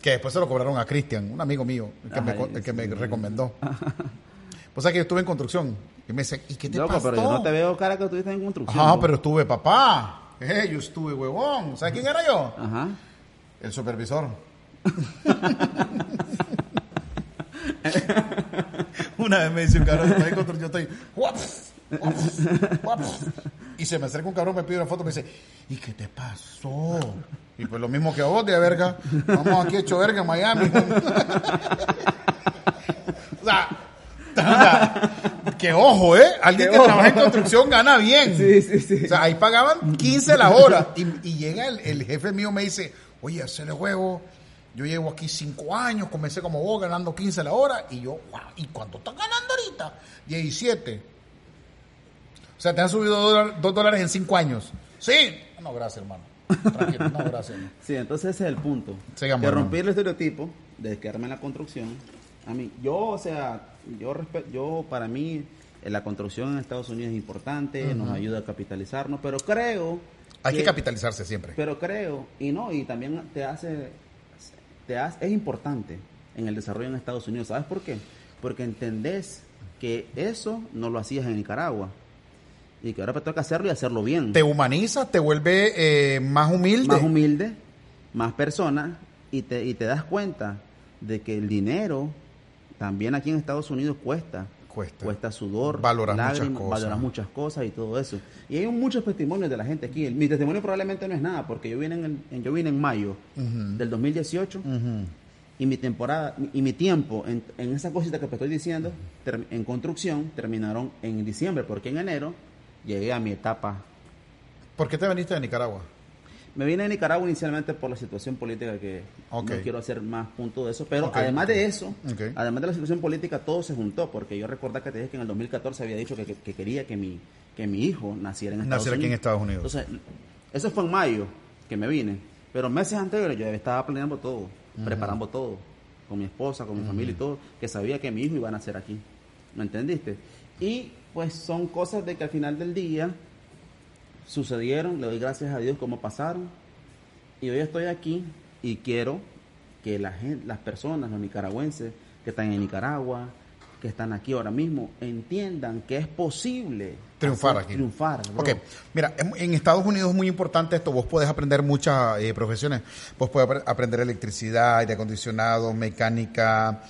S1: que después se lo cobraron a Cristian, un amigo mío, el que, me,
S2: Ay,
S1: co- el que me
S2: *laughs*
S1: recomendó. Pues sabes que yo estuve en construcción. Y me dice, ¿y qué te
S2: Loco,
S1: pasó?
S2: pero yo no te veo cara que estuviste en construcción.
S1: Ajá,
S2: loco.
S1: pero estuve papá. Eh, yo estuve huevón. ¿Sabes quién era yo?
S2: Ajá.
S1: El supervisor. Una vez me dice un cabrón, estoy en control, yo estoy, guaps, guaps, guaps. Y se me acerca un cabrón, me pide una foto, me dice, ¿y qué te pasó? Y pues lo mismo que a vos, de verga. Vamos aquí hecho verga en Miami. *laughs* o sea, o sea, que ojo, ¿eh? Alguien que trabaja en construcción gana bien.
S2: Sí, sí, sí.
S1: O sea, ahí pagaban 15 la hora. Y, y llega el, el jefe mío, me dice, oye, hacele huevo. Yo llevo aquí 5 años, comencé como vos, ganando 15 la hora. Y yo, wow, ¿y cuánto estás ganando ahorita? 17. O sea, te han subido 2 dólares en 5 años. Sí. No, gracias, hermano. Tranquilo, no, gracias. no.
S2: Sí, entonces ese es el punto.
S1: Sigamos,
S2: que
S1: hermano.
S2: rompí el estereotipo de quedarme en la construcción. A mí, yo, o sea, yo, respe- yo para mí, eh, la construcción en Estados Unidos es importante, nos ayuda a capitalizarnos, pero creo.
S1: Hay que capitalizarse siempre.
S2: Pero creo, y no, y también te hace, te hace, es importante en el desarrollo en Estados Unidos. ¿Sabes por qué? Porque entendés que eso no lo hacías en Nicaragua. Y que ahora te toca hacerlo y hacerlo bien.
S1: Te humaniza, te vuelve eh, más humilde.
S2: más humilde, más personas, y te, y te das cuenta de que el dinero también aquí en Estados Unidos cuesta.
S1: Cuesta.
S2: sudor,
S1: Valoras muchas
S2: lágrimas,
S1: cosas.
S2: valoras muchas cosas y todo eso. Y hay muchos testimonios de la gente aquí. Mi testimonio probablemente no es nada, porque yo vine en, el- en- yo vine en mayo del 2018 y mi temporada y mi tiempo en, en esa cosita que te estoy diciendo, ter- en construcción, terminaron en diciembre, porque en enero llegué a mi etapa
S1: ¿Por qué te viniste de Nicaragua?
S2: Me vine a Nicaragua inicialmente por la situación política que
S1: Ok.
S2: no quiero hacer más punto de eso, pero
S1: Ok,
S2: además
S1: ok.
S2: de eso,
S1: Ok.
S2: además de la situación política, todo se juntó, porque yo recordaba que te dije que en el 2014 había dicho que, que- que quería que mi, que mi hijo naciera en Estados
S1: Naciera aquí en
S2: Unidos.
S1: Estados Unidos.
S2: Entonces, eso fue en mayo que me vine, pero meses anteriores yo estaba planeando todo, preparando todo, con mi esposa, con mi familia y todo, que sabía que mi hijo iba a nacer aquí, ¿me entendiste? Y pues son cosas de que al final del día sucedieron, le doy gracias a Dios como pasaron. Y hoy estoy aquí y quiero que la gen- las personas, los nicaragüenses que están en Nicaragua, que están aquí ahora mismo, entiendan que es posible
S1: Triunfar
S2: hacer-
S1: aquí.
S2: Triunfar. bro.
S1: Ok, mira, en en Estados Unidos es muy importante esto. Vos podés aprender muchas eh, profesiones. Vos podés apre- aprender electricidad, aire acondicionado, mecánica,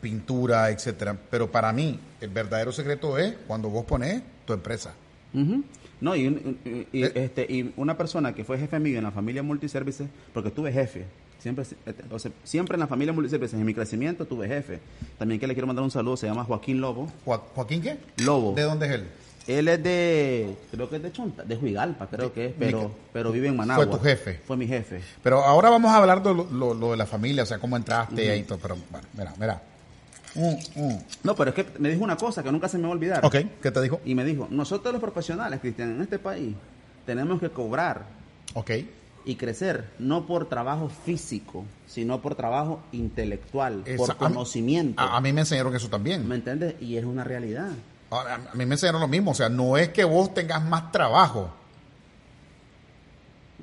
S1: pintura, etcétera. Pero para mí, el verdadero secreto es cuando vos pones tu empresa.
S2: Ujú. No, y, un- y- y-
S1: Eh.
S2: este, y una persona que fue jefe mío en la familia Multiservices, porque tuve jefe. Siempre, este, o sea, siempre en la familia Multiservices, en mi crecimiento tuve jefe. También que le quiero mandar un saludo, se llama Joaquín Lobo.
S1: Jo- ¿Joaquín qué?
S2: Lobo.
S1: ¿De dónde es él?
S2: Él es de, creo que es de Chonta, de Juigalpa, creo que es,
S1: Mica-
S2: pero, pero vive en Managua.
S1: tu jefe.
S2: Fue mi jefe.
S1: Pero ahora vamos a hablar de lo, lo- lo de la familia, o sea, cómo entraste y todo. Pero bueno, mira, mira. Mm, mm.
S2: No, pero es que me dijo una cosa que nunca se me va a olvidar.
S1: Ok, ¿qué te dijo?
S2: Y me dijo, nosotros los profesionales, Cristian, en este país, tenemos que cobrar
S1: Ok,
S2: y crecer, no por trabajo físico, sino por trabajo intelectual,
S1: Esa- a
S2: por
S1: mí-
S2: conocimiento.
S1: a, a mí me enseñaron eso también.
S2: ¿Me entiendes? Y es una realidad.
S1: Ahora, a mí me enseñaron lo mismo, o sea, no es que vos tengas más trabajo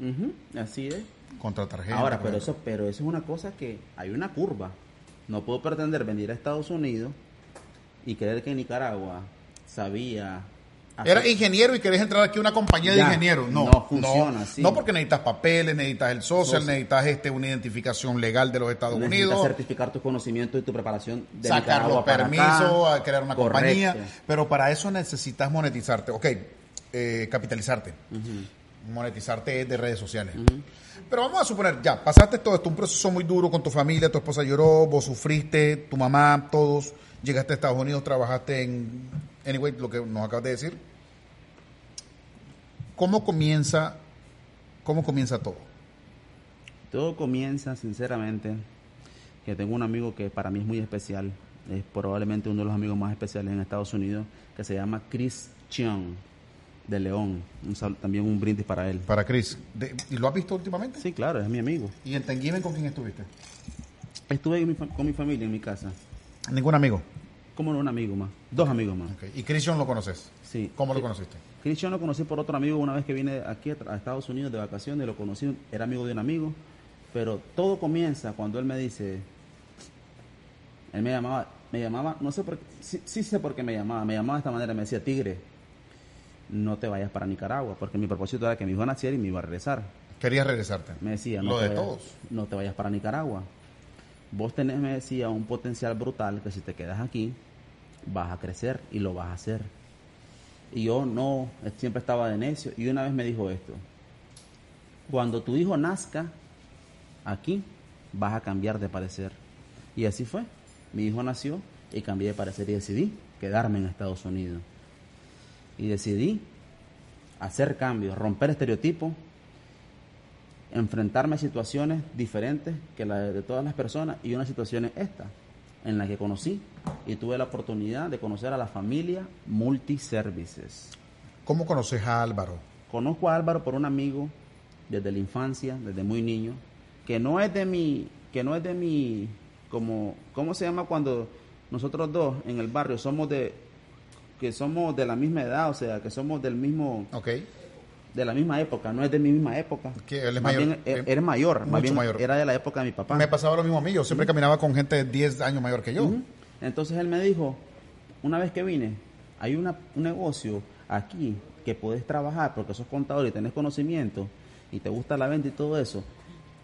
S2: Ujú, Así es.
S1: contra tarjeta. pues.
S2: Ahora, pero
S1: contra-
S2: eso, pero eso es una cosa que hay una curva. No puedo pretender venir a Estados Unidos y creer que en Nicaragua sabía. hacer-
S1: Era ingeniero y querés entrar aquí a una compañía de
S2: Ya,
S1: ingenieros. No,
S2: no funciona
S1: no,
S2: así.
S1: No porque necesitas papeles, necesitas el social,
S2: Social.
S1: necesitas este, una identificación legal de los Estados
S2: Necesitas
S1: Unidos,
S2: certificar tus conocimientos y tu preparación de
S1: sacar los
S2: Nicaragua para
S1: permisos,
S2: acá.
S1: a crear una
S2: Correcto.
S1: compañía. Pero para eso necesitas monetizarte. Ok, eh, capitalizarte. Monetizarte es de redes sociales. Pero vamos a suponer, ya, pasaste todo esto, un proceso muy duro con tu familia, tu esposa lloró, vos sufriste, tu mamá, todos. Llegaste a Estados Unidos, trabajaste en. Anyway, lo que nos acabas de decir. ¿Cómo comienza, cómo comienza todo?
S2: Todo comienza, sinceramente, que tengo un amigo que para mí es muy especial. Es probablemente uno de los amigos más especiales en Estados Unidos, que se llama Chris Chiang, de León. Un sal- también un brindis para él.
S1: Para Chris. de- ¿Y lo has visto últimamente?
S2: Sí, claro, es mi amigo.
S1: ¿Y en Thanksgiving con quién estuviste?
S2: Estuve con mi, fa- con mi familia en mi casa.
S1: Ningún amigo.
S2: Como no un amigo más, dos amigos más.
S1: Ok, ¿Y Christian lo conoces?
S2: Sí. Eh,
S1: ¿Cómo lo
S2: Sí.
S1: conociste?
S2: Cristian lo conocí por otro amigo una vez que vine aquí a tra- a Estados Unidos de vacaciones, lo conocí, era amigo de un amigo, pero todo comienza cuando él me dice, él me llamaba, me llamaba, no sé por qué, sí, sí sé por qué me llamaba, me llamaba de esta manera, me decía, Tigre, no te vayas para Nicaragua, porque mi propósito era que mi hijo naciera y me iba a regresar.
S1: Querías regresarte.
S2: Me decía, no,
S1: Lo de
S2: te vayas,
S1: todos.
S2: no te vayas para Nicaragua. Vos tenés, me decía, un potencial brutal que si te quedas aquí, vas a crecer y lo vas a hacer. Y yo no, siempre estaba de necio. Y una vez me dijo esto, cuando tu hijo nazca aquí, vas a cambiar de parecer. Y así fue. Mi hijo nació y cambié de parecer y decidí quedarme en Estados Unidos. Y decidí hacer cambios, romper estereotipos enfrentarme a situaciones diferentes que las de todas las personas y una situación es esta, en la que conocí y tuve la oportunidad de conocer a la familia Multiservices.
S1: ¿Cómo conoces a Álvaro?
S2: Conozco a Álvaro por un amigo desde la infancia, desde muy niño, que no es de mi, que no es de mi, como, ¿cómo se llama cuando nosotros dos en el barrio somos de, que somos de la misma edad, o sea, que somos del mismo,
S1: Ok.
S2: de la misma época, no es de mi misma época.
S1: Que él es
S2: Más
S1: mayor,
S2: bien,
S1: eh,
S2: e- eres mayor, más
S1: mucho
S2: bien
S1: mayor.
S2: era de la época de mi papá.
S1: Me pasaba lo mismo a mí. Yo
S2: Mm.
S1: siempre caminaba con gente de 10 años mayor que yo.
S2: Ujú. Entonces él me dijo, una vez que vine, hay una- un negocio aquí que puedes trabajar porque sos contador y tenés conocimiento y te gusta la venta y todo eso.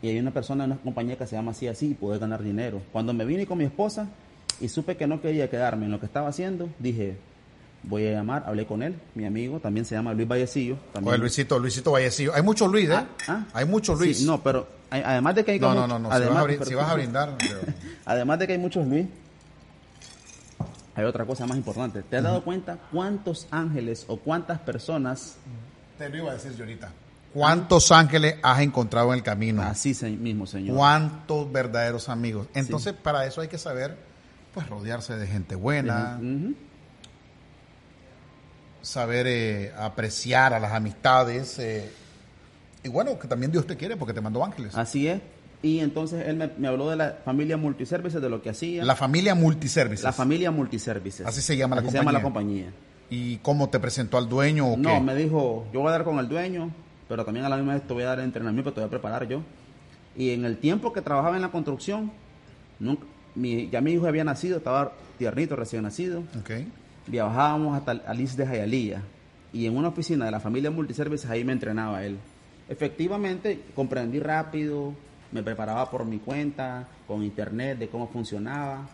S2: Y hay una persona en una compañía que se llama así así y puedes ganar dinero. Cuando me vine con mi esposa y supe que no quería quedarme en lo que estaba haciendo, dije, voy a llamar, hablé con él, mi amigo, también se llama Luis Vallecillo.
S1: O
S2: También
S1: el Luisito, Luisito Vallecillo. Hay muchos Luis, ¿eh?
S2: Ah, ah.
S1: Hay muchos
S2: Sí,
S1: Luis.
S2: no, pero hay- además de que hay
S1: no, no,
S2: mucho-
S1: no, no. Si,
S2: además-
S1: vas a, brin- si
S2: pero-
S1: vas a
S2: *laughs*
S1: brindar, pero-
S2: Además de que hay muchos Luis, hay otra cosa más importante. ¿Te has dado cuenta cuántos ángeles o cuántas personas
S1: te lo iba a decir yo ahorita. ¿Cuántos ángeles has encontrado en el camino?
S2: Así se- mismo, Señor.
S1: ¿Cuántos verdaderos amigos? Entonces, para eso hay que saber, pues, rodearse de gente buena,
S2: Ujú.
S1: saber eh, apreciar a las amistades. eh, y bueno, que también Dios te quiere porque te mandó ángeles.
S2: Así es. Y entonces él me, me habló de la familia multiservices, de lo que hacía.
S1: La familia multiservices.
S2: La familia multiservices.
S1: Así se llama la
S2: Así se llama la
S1: compañía.
S2: compañía.
S1: ¿Y cómo te presentó al dueño o
S2: No,
S1: qué?
S2: me dijo, yo voy a dar con el dueño, pero también a la misma vez te voy a dar entrenamiento, te voy a preparar yo. Y en el tiempo que trabajaba en la construcción, nunca- mi- ya mi hijo había nacido, estaba tiernito, recién nacido.
S1: Ok.
S2: Viajábamos hasta Alice de Jayalía y en una oficina de la familia Multiservices ahí me entrenaba él. Efectivamente, comprendí rápido, me preparaba por mi cuenta, con internet, de cómo funcionaba.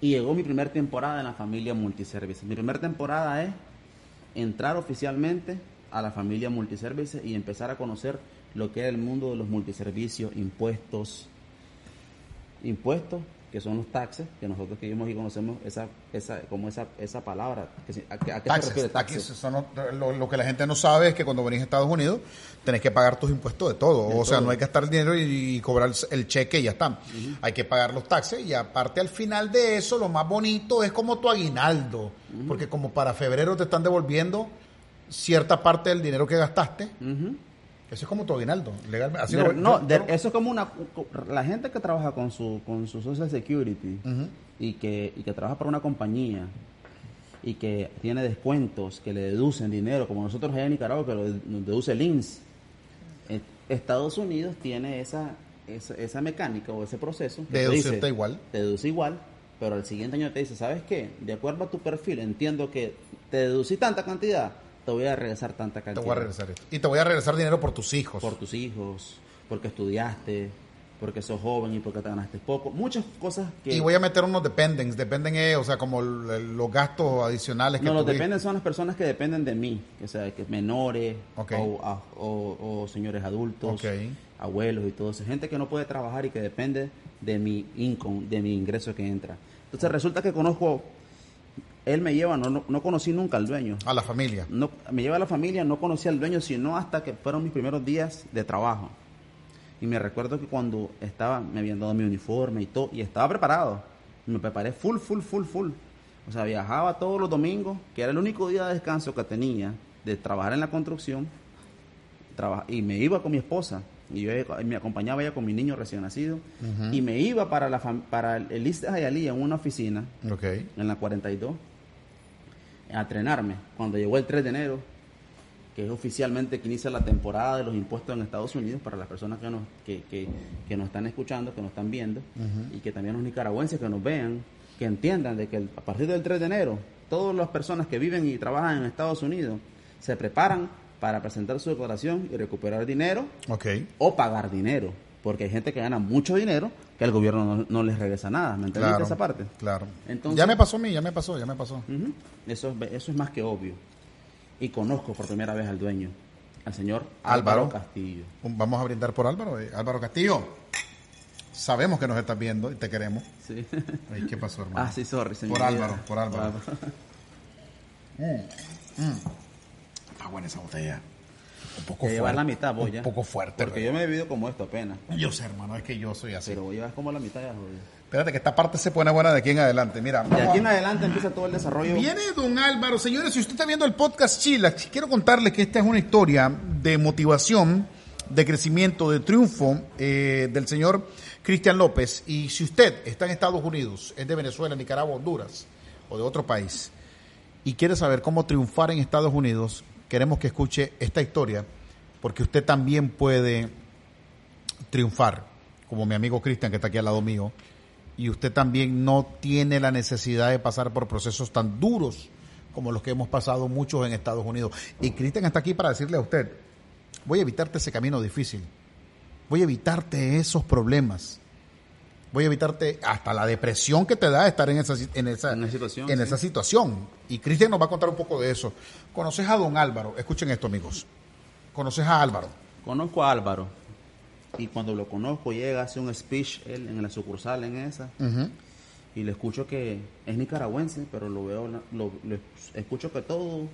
S2: Y llegó mi primera temporada en la familia Multiservices. Mi primera temporada es entrar oficialmente a la familia Multiservices y empezar a conocer lo que era el mundo de los multiservicios, impuestos, impuestos, que son los taxes, que nosotros que vivimos y conocemos esa, esa, como esa, esa palabra. Que, si- ¿A, qué- a qué se refiere
S1: Taxes. Aquí
S2: taxes?
S1: son los- lo, lo que la gente no sabe es que cuando venís a Estados Unidos tenés que pagar tus impuestos de todo.
S2: De
S1: o sea,
S2: todo.
S1: no hay que gastar dinero y, y cobrar el cheque y ya está. Hay que pagar los taxes y aparte al final de eso lo más bonito es como tu aguinaldo. Porque como para febrero te están devolviendo cierta parte del dinero que gastaste. Eso es como tu aguinaldo. legalmente. Así
S2: De-
S1: lo-
S2: no,
S1: yo-
S2: de-
S1: yo-
S2: eso es como una... La gente que trabaja con su, con su Social Security y, que, y que trabaja para una compañía y que tiene descuentos, que le deducen dinero, como nosotros allá en Nicaragua, que lo de- nos deduce el INS. Eh, Estados Unidos tiene esa, esa, esa mecánica o ese proceso. que te
S1: Deducirte
S2: dice,
S1: igual.
S2: Te deduce igual, pero al siguiente año te dice, ¿sabes qué? De acuerdo a tu perfil, entiendo que te deducí tanta cantidad, te voy a regresar tanta
S1: te
S2: cantidad
S1: voy a regresar esto. Y te voy a regresar dinero por tus hijos.
S2: eh, por tus hijos, porque estudiaste, porque sos joven y porque te ganaste poco. Muchas cosas que
S1: y voy a meter unos dependents. Dependen es, o sea, como l- los gastos adicionales que
S2: no los
S1: tuviste.
S2: dependen son las personas que dependen de mí, o sea, que menores
S1: Ok.
S2: o, a- o- o señores adultos,
S1: Ok.
S2: abuelos y todo eso, gente que no puede trabajar y que depende de mi income, de mi ingreso que entra. Entonces resulta que conozco, él me lleva, no, no, no conocí nunca al dueño.
S1: A la familia.
S2: no, me lleva a la familia, no conocí al dueño, sino hasta que fueron mis primeros días de trabajo. Y me recuerdo que cuando estaba, me habían dado mi uniforme y todo, y estaba preparado. Me preparé full, full, full, full. O sea, viajaba todos los domingos, que era el único día de descanso que tenía de trabajar en la construcción. traba- y me iba con mi esposa. Y yo eh, me acompañaba ella con mi niño recién nacido. Y me iba para, la fam- para el- el East Hialeah en una oficina
S1: Ok.
S2: en la 42 a entrenarme. Cuando llegó el 3 de enero, que es oficialmente que inicia la temporada de los impuestos en Estados Unidos para las personas que nos, que, que- que nos están escuchando, que nos están viendo y que también los nicaragüenses que nos vean, que entiendan de que el- a partir del 3 de enero todas las personas que viven y trabajan en Estados Unidos se preparan para presentar su declaración y recuperar dinero
S1: Ok.
S2: o pagar dinero. Porque hay gente que gana mucho dinero que el gobierno no, no les regresa nada. ¿Me entendiste
S1: Claro,
S2: esa parte?
S1: Claro.
S2: Entonces-
S1: ya me pasó a mí, ya me pasó, ya me pasó.
S2: Ujú. eso, es- eso es más que obvio. Y conozco por primera vez al dueño, al señor
S1: Álvaro.
S2: Álvaro, Castillo.
S1: Um, Vamos a brindar por Álvaro. eh, Álvaro Castillo, sabemos que nos estás viendo y te queremos.
S2: Sí.
S1: Ay, ¿Qué pasó, hermano?
S2: ah, sí, sorry, señor.
S1: Por Álvaro, por Álvaro. *laughs* Mm,
S3: Está buena esa botella.
S1: Un poco
S2: Que llevar la mitad, voy
S1: un
S2: ya.
S1: poco fuerte.
S2: Porque yo me he bebido como esto apenas.
S1: pero- yo sé, hermano, es que yo soy así.
S2: Pero voy a llevar como la mitad ya, joder.
S1: Espérate que esta parte se pone buena de aquí en adelante. Mira,
S2: De
S1: vamos
S2: aquí
S1: a-
S2: en adelante empieza todo el desarrollo.
S1: Viene don Álvaro, señores, si usted está viendo el podcast Chila, quiero contarles que esta es una historia de motivación, de crecimiento, de triunfo eh, del señor Cristian López. Y si usted está en Estados Unidos, es de Venezuela, Nicaragua, Honduras o de otro país, y quiere saber cómo triunfar en Estados Unidos, queremos que escuche esta historia, porque usted también puede triunfar, como mi amigo Cristian que está aquí al lado mío, y usted también no tiene la necesidad de pasar por procesos tan duros como los que hemos pasado muchos en Estados Unidos. Y Cristian está aquí para decirle a usted, voy a evitarte ese camino difícil, voy a evitarte esos problemas. Voy a evitarte hasta la depresión que te da estar en esa, si- en esa,
S2: En esa situación,
S1: en
S2: sí.
S1: esa situación. Y Cristian nos va a contar un poco de eso. Conoces a don Álvaro, escuchen esto amigos. Conoces a Álvaro.
S2: Conozco a Álvaro. Y cuando lo conozco, llega, hace un speech él en la sucursal en esa. y le escucho que es nicaragüense, pero lo veo, lo, lo escucho que todo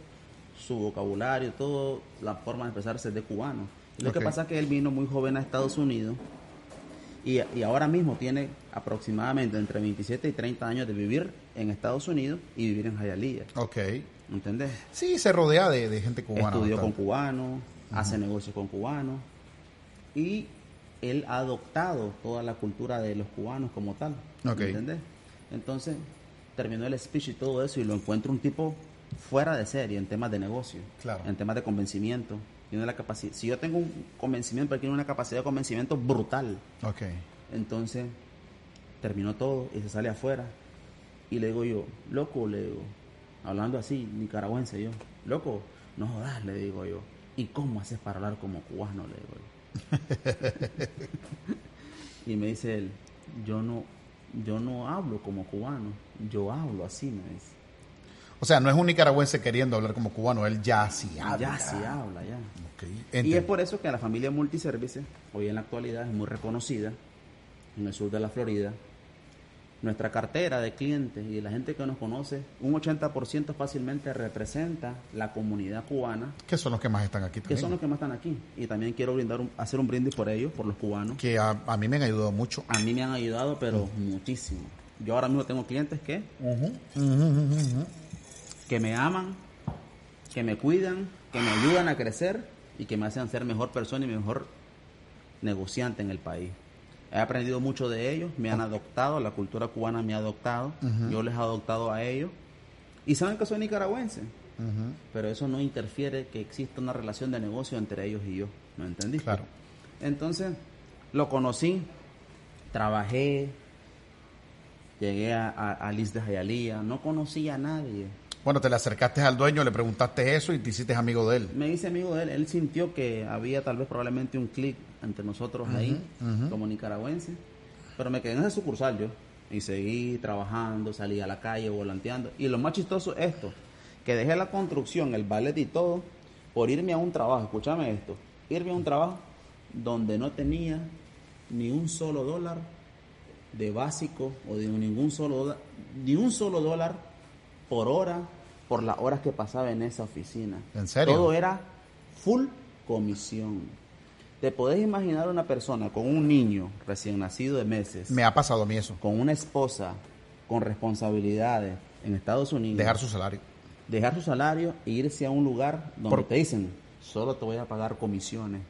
S2: su vocabulario, todo, la forma de expresarse es de cubano. Y lo
S1: Ok.
S2: que pasa es que él vino muy joven a Estados Unidos y, y ahora mismo tiene aproximadamente entre 27 y 30 años de vivir en Estados Unidos y vivir en Hialeah.
S1: Ok.
S2: ¿Entendés?
S1: Sí, se rodea de, de gente cubana.
S2: Estudió con
S1: bastante.
S2: cubanos, hace negocios con cubanos y él ha adoptado toda la cultura de los cubanos como tal. ¿me
S1: Ok.
S2: ¿Entendés? Entonces terminó el speech y todo eso y lo encuentro un tipo fuera de serie en temas de negocio,
S1: Claro.
S2: en temas de convencimiento. Tiene la capacidad, si yo tengo un convencimiento, él tiene una capacidad de convencimiento brutal.
S1: Ok.
S2: Entonces, terminó todo y se sale afuera. Y le digo yo, loco, le digo, hablando así, nicaragüense yo, loco, no jodas, le digo yo. ¿Y cómo haces para hablar como cubano? Le digo yo. *laughs* y me dice él, yo no, yo no hablo como cubano, yo hablo así, me dice.
S1: O sea, no es un nicaragüense queriendo hablar como cubano, él ya sí habla.
S2: Ya se habla, ya.
S1: Ok,
S2: Y
S1: entiendo.
S2: es por eso que la familia Multiservice, hoy en la actualidad, es muy reconocida en el sur de la Florida. Nuestra cartera de clientes y de la gente que nos conoce, un 80% fácilmente representa la comunidad cubana,
S1: que son los que más están aquí
S2: que
S1: también.
S2: son los que más están aquí. Y también quiero brindar un- hacer un brindis por ellos, por los cubanos.
S1: Que a, a mí me han ayudado mucho.
S2: A mí me han ayudado, pero muchísimo. Yo ahora mismo tengo clientes que, que me aman, que me cuidan, que me ayudan a crecer y que me hacen ser mejor persona y mejor negociante en el país. He aprendido mucho de ellos, me han adoptado, la cultura cubana me ha adoptado, yo les he adoptado a ellos y saben que soy nicaragüense, pero eso no interfiere que exista una relación de negocio entre ellos y yo, ¿me entendiste?
S1: Claro.
S2: Entonces, lo conocí, trabajé, llegué a, a, a Liz de Jayalía, no conocía a nadie.
S1: Bueno, te le acercaste al dueño, le preguntaste eso y te hiciste amigo de él.
S2: Me hice amigo de él, él sintió que había tal vez probablemente un clic entre nosotros ahí, como nicaragüenses, pero me quedé en ese sucursal yo. Y seguí trabajando, salí a la calle, volanteando. Y lo más chistoso es esto, que dejé la construcción, el ballet y todo, por irme a un trabajo, escúchame esto, irme a un trabajo donde no tenía ni un solo dólar de básico o de ningún solo dólar, ni un solo dólar por hora por las horas que pasaba en esa oficina.
S1: ¿En serio?
S2: Todo era full comisión. Te podés imaginar una persona con un niño recién nacido de meses,
S1: Me ha pasado a mí eso,
S2: con una esposa con responsabilidades en Estados Unidos,
S1: dejar su salario.
S2: dejar su salario e irse a un lugar donde
S1: Por-
S2: te dicen, solo te voy a pagar comisiones.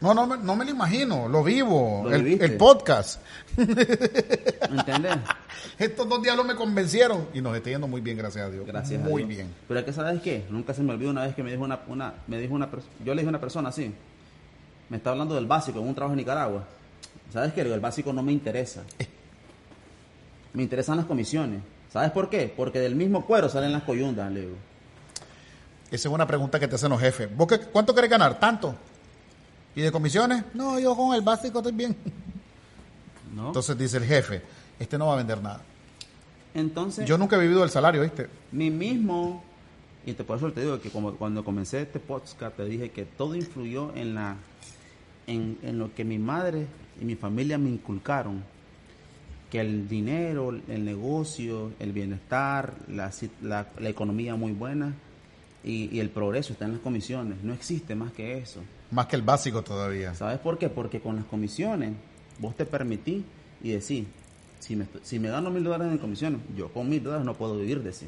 S1: No, no, me- no me lo imagino, lo vivo,
S2: ¿Lo
S1: el,
S2: viviste?
S1: el podcast.
S2: ¿Entendés?
S1: *laughs* Estos dos diablos me convencieron y nos está yendo muy bien, gracias a Dios.
S2: Gracias. a
S1: Muy
S2: Dios.
S1: bien.
S2: Pero es que sabes qué, nunca se me olvidó una vez que me dijo una, una me dijo una persona, yo le dije a una persona así, me está hablando del básico en un trabajo en Nicaragua. ¿Sabes qué? Le digo, El básico no me interesa.
S1: Eh.
S2: Me interesan las comisiones. ¿Sabes por qué? Porque del mismo cuero salen las coyundas, le digo.
S1: Esa es una pregunta que te hacen los jefes. ¿Vos qué- cuánto querés ganar? ¿Tanto? ¿Y de comisiones? No, yo con el básico estoy bien.
S2: ¿No? Entonces,
S1: Entonces dice el jefe, este no va a vender nada. Yo nunca he vivido el salario, ¿viste?
S2: mi mismo, y te por eso te digo que como cuando comencé este podcast te dije que todo influyó en la en, en lo que mi madre y mi familia me inculcaron. Que el dinero, el negocio, el bienestar, la, si- la- la economía muy buena y, y el progreso está en las comisiones. No existe más que eso.
S1: Más que el básico todavía.
S2: ¿Sabes por qué? Porque con las comisiones vos te permitís y decís, si me, estoy- si me gano mil dólares en comisiones, yo con mil dólares no puedo vivir, decís.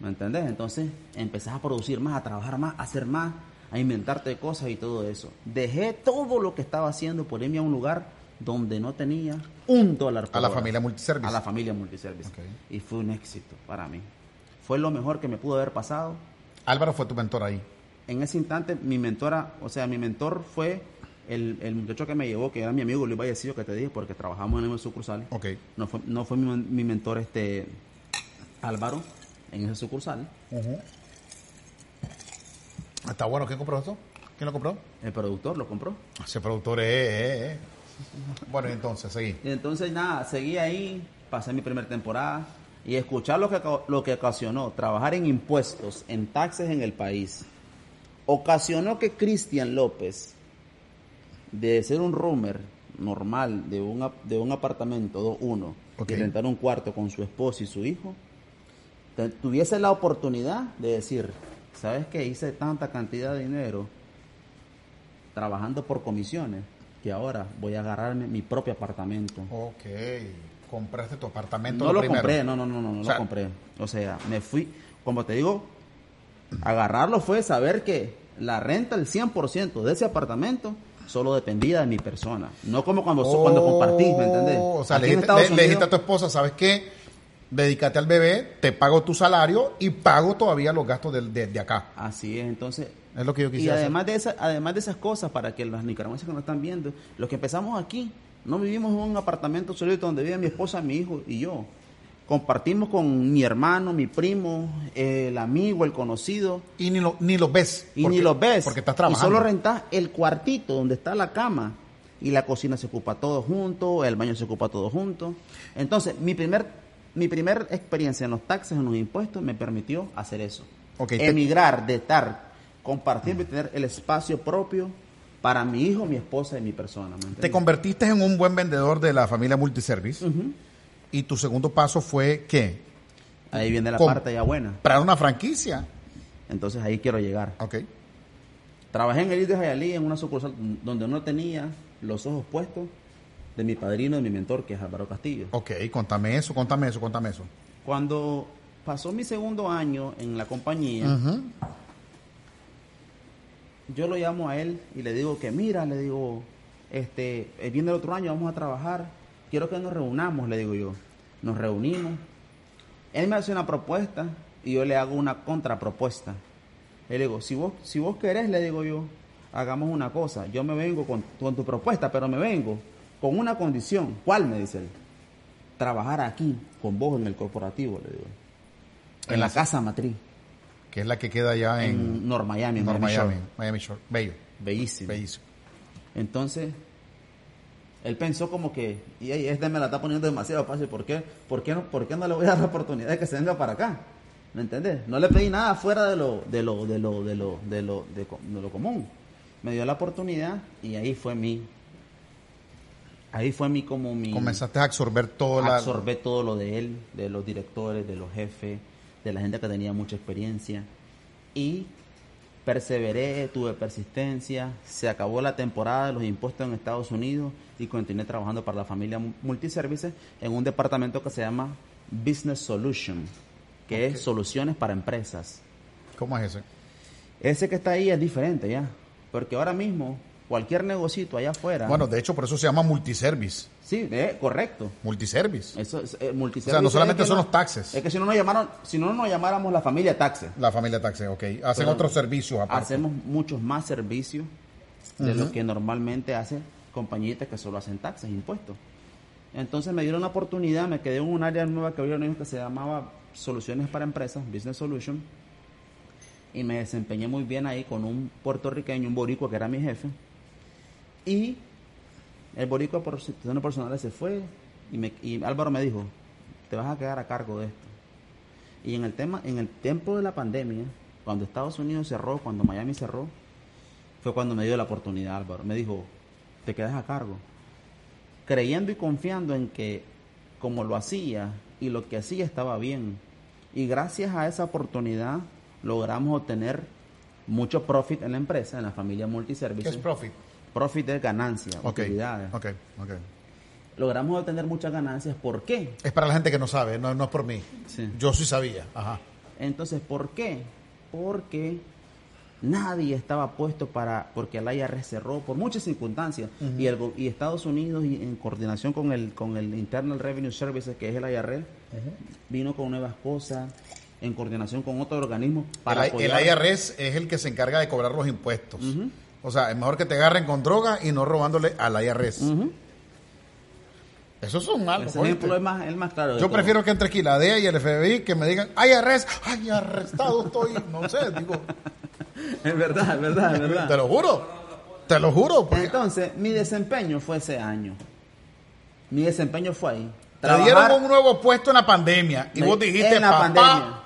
S2: ¿Me entendés? Entonces empezás a producir más, a trabajar más, a hacer más, a inventarte cosas y todo eso. Dejé todo lo que estaba haciendo por irme a un lugar donde no tenía un dólar por
S1: A la
S2: hora.
S1: familia multiservice.
S2: A la familia multiservice.
S1: Ok.
S2: Y fue un éxito para mí. Fue lo mejor que me pudo haber pasado
S1: Álvaro fue tu mentor ahí.
S2: en ese instante mi mentora, o sea, mi mentor fue el, el muchacho que me llevó, que era mi amigo Luis Vallecillo, que te dije, porque trabajamos en el mismo sucursal.
S1: Ok.
S2: No fue, no fue mi, men- mi mentor este Álvaro en ese sucursal.
S1: Está bueno, ¿quién compró esto? ¿Quién lo compró?
S2: El productor lo compró.
S1: Ese productor es... eh, eh, eh. Bueno, entonces, seguí.
S2: Y entonces nada, seguí ahí, pasé mi primera temporada y escuchar lo que, oca- lo que ocasionó trabajar en impuestos, en taxes en el país, ocasionó que Cristian López, de ser un roomer normal de un, ap- de un apartamento 2-1
S1: Ok.
S2: y rentar un cuarto con su esposa y su hijo, te- tuviese la oportunidad de decir, ¿sabes qué? Hice tanta cantidad de dinero trabajando por comisiones que ahora voy a agarrarme mi propio apartamento.
S1: Ok. Compraste tu apartamento.
S2: No lo
S1: primero.
S2: compré, no, no, no, no, no
S1: O sea-
S2: lo compré. O sea, me fui, como te digo, agarrarlo fue saber que la renta, el 100% de ese apartamento, solo dependía de mi persona. No como cuando, so- cuando
S1: Oh,
S2: compartís, ¿me entendés?
S1: O sea,
S2: Aquí
S1: le
S2: en
S1: dijiste,
S2: Estados
S1: le- le dijiste a
S2: Unidos-
S1: tu esposa, ¿sabes qué? Dedícate al bebé, te pago tu salario y pago todavía los gastos del- de, de acá.
S2: Así es, entonces.
S1: Es lo que yo
S2: Y
S1: quisiera hacer.
S2: además de, esa, además de esas cosas, para que los nicaragüenses que nos están viendo, los que empezamos aquí, no vivimos en un apartamento solito donde vive mi esposa, mi hijo y yo. Compartimos con mi hermano, mi primo, el amigo, el conocido.
S1: Y ni, lo- ni los ves.
S2: Y
S1: porque-
S2: ni los ves.
S1: Porque estás
S2: Y
S1: trabajando.
S2: solo rentas el cuartito donde está la cama. Y la cocina se ocupa todo junto, el baño se ocupa todo junto. Entonces, mi primer, mi primer experiencia en los taxes, en los impuestos, me permitió hacer eso.
S1: Ok, te- Mm.
S2: Emigrar, de estar, compartir y tener el espacio propio para mi hijo, mi esposa y mi persona. ¿me
S1: Te
S2: entiendes?
S1: convertiste en un buen vendedor de la familia Multiservice. Y tu segundo paso fue, ¿qué?
S2: Ahí viene la
S1: con-
S2: parte ya buena.
S1: Comprar una franquicia.
S2: Entonces, ahí quiero llegar.
S1: Ok.
S2: Trabajé en el IDES Jayalí en una sucursal donde no tenía los ojos puestos de mi padrino, de mi mentor, que es Álvaro Castillo.
S1: Ok, contame eso, contame eso, contame eso.
S2: Cuando pasó mi segundo año en la compañía, yo lo llamo a él y le digo que mira, le digo, este, eh, viene el otro año, vamos a trabajar, quiero que nos reunamos, le digo yo. Nos reunimos. Él me hace una propuesta y yo le hago una contrapropuesta. Le digo, si vos, si vos querés, le digo yo, hagamos una cosa. Yo me vengo con, con tu propuesta, pero me vengo con una condición. ¿Cuál? Me dice él. Trabajar aquí con vos en el corporativo, le digo. En la casa matriz,
S1: Que es la que queda allá en,
S2: en North Miami, en
S1: North
S2: Miami Shore.
S1: Miami, Miami Shore. Bello,
S2: Bellísimo.
S1: bellísimo.
S2: Entonces, él pensó como que, y ahí, este me la está poniendo demasiado fácil, ¿por qué? ¿Por qué no, por qué no le voy a dar la oportunidad de que se venga para acá? ¿Me entendés? No le pedí nada fuera de lo, de lo, de lo, de lo, de lo, de, co- de lo común. Me dio la oportunidad y ahí fue mi, ahí fue mi como mi
S1: Comenzaste a absorber todo la...
S2: absorbé todo lo de él, de los directores, de los jefes, de la gente que tenía mucha experiencia. Y perseveré, tuve persistencia, se acabó la temporada de los impuestos en Estados Unidos y continué trabajando para la familia Mu- Multiservices en un departamento que se llama Business Solution, que es soluciones para empresas.
S1: ¿Cómo es eso?
S2: Ese que está ahí es diferente ya, porque ahora mismo cualquier negocito allá afuera...
S1: Bueno, de hecho, por eso se llama multiservice.
S2: sí, eh, correcto.
S1: Multiservice.
S2: Eso es, eh, multiservice
S1: O sea, no
S2: es
S1: solamente
S2: que
S1: son
S2: no-
S1: los taxes.
S2: Es que si no nos llamaron, si no nos llamáramos la familia taxes.
S1: La familia taxi, ok. Hacen
S2: Pero
S1: otros servicios aparte.
S2: Hacemos muchos más servicios de lo que normalmente hacen compañitas que solo hacen taxes, impuestos. Entonces me dieron la oportunidad, me quedé en un área nueva que abrieron ellos que se llamaba Soluciones para Empresas, Business Solution, y me desempeñé muy bien ahí con un puertorriqueño, un boricua que era mi jefe, y el boricua por situaciones personales se fue y, me- y Álvaro me dijo, te vas a quedar a cargo de esto. Y en el tema, en el tiempo de la pandemia, cuando Estados Unidos cerró, cuando Miami cerró, fue cuando me dio la oportunidad Álvaro. Me dijo, te quedas a cargo. Creyendo y confiando en que como lo hacía y lo que hacía estaba bien. Y gracias a esa oportunidad logramos obtener mucho profit en la empresa, en la familia
S1: ¿Qué
S2: multiservices.
S1: es profit?
S2: Profit es ganancia,
S1: Ok,
S2: utilidades.
S1: ok, ok.
S2: Logramos obtener muchas ganancias. ¿Por qué?
S1: Es para la gente que no sabe, no, no es por mí.
S2: Sí.
S1: Yo sí sabía. Ajá.
S2: Entonces, ¿por qué? Porque nadie estaba puesto para, porque el IRS cerró por muchas circunstancias y, el, go- y Estados Unidos y en coordinación con el, con el Internal Revenue Services, que es el IRS, vino con nuevas cosas en coordinación con otros organismos para
S1: el, el
S2: apoyar-
S1: IRS es el que se encarga de cobrar los impuestos. O sea, es mejor que te agarren con droga y no robándole al IRS. Esos son malos.
S2: Ese
S1: ¿oíste?
S2: ejemplo es más, el más claro. de
S1: Yo
S2: todo.
S1: prefiero que entre aquí la DEA y el FBI que me digan, ay, arrest, ay, arrestado estoy, no
S2: *laughs*
S1: sé, digo,
S2: *laughs* Es verdad, es verdad, es verdad. Eh,
S1: te lo juro, te lo juro. porque
S2: Entonces, mi desempeño fue ese año. Mi desempeño fue ahí.
S1: te
S2: Trabajar-
S1: dieron un nuevo puesto en la pandemia y vos dijiste,
S2: en la
S1: papá,
S2: pandemia.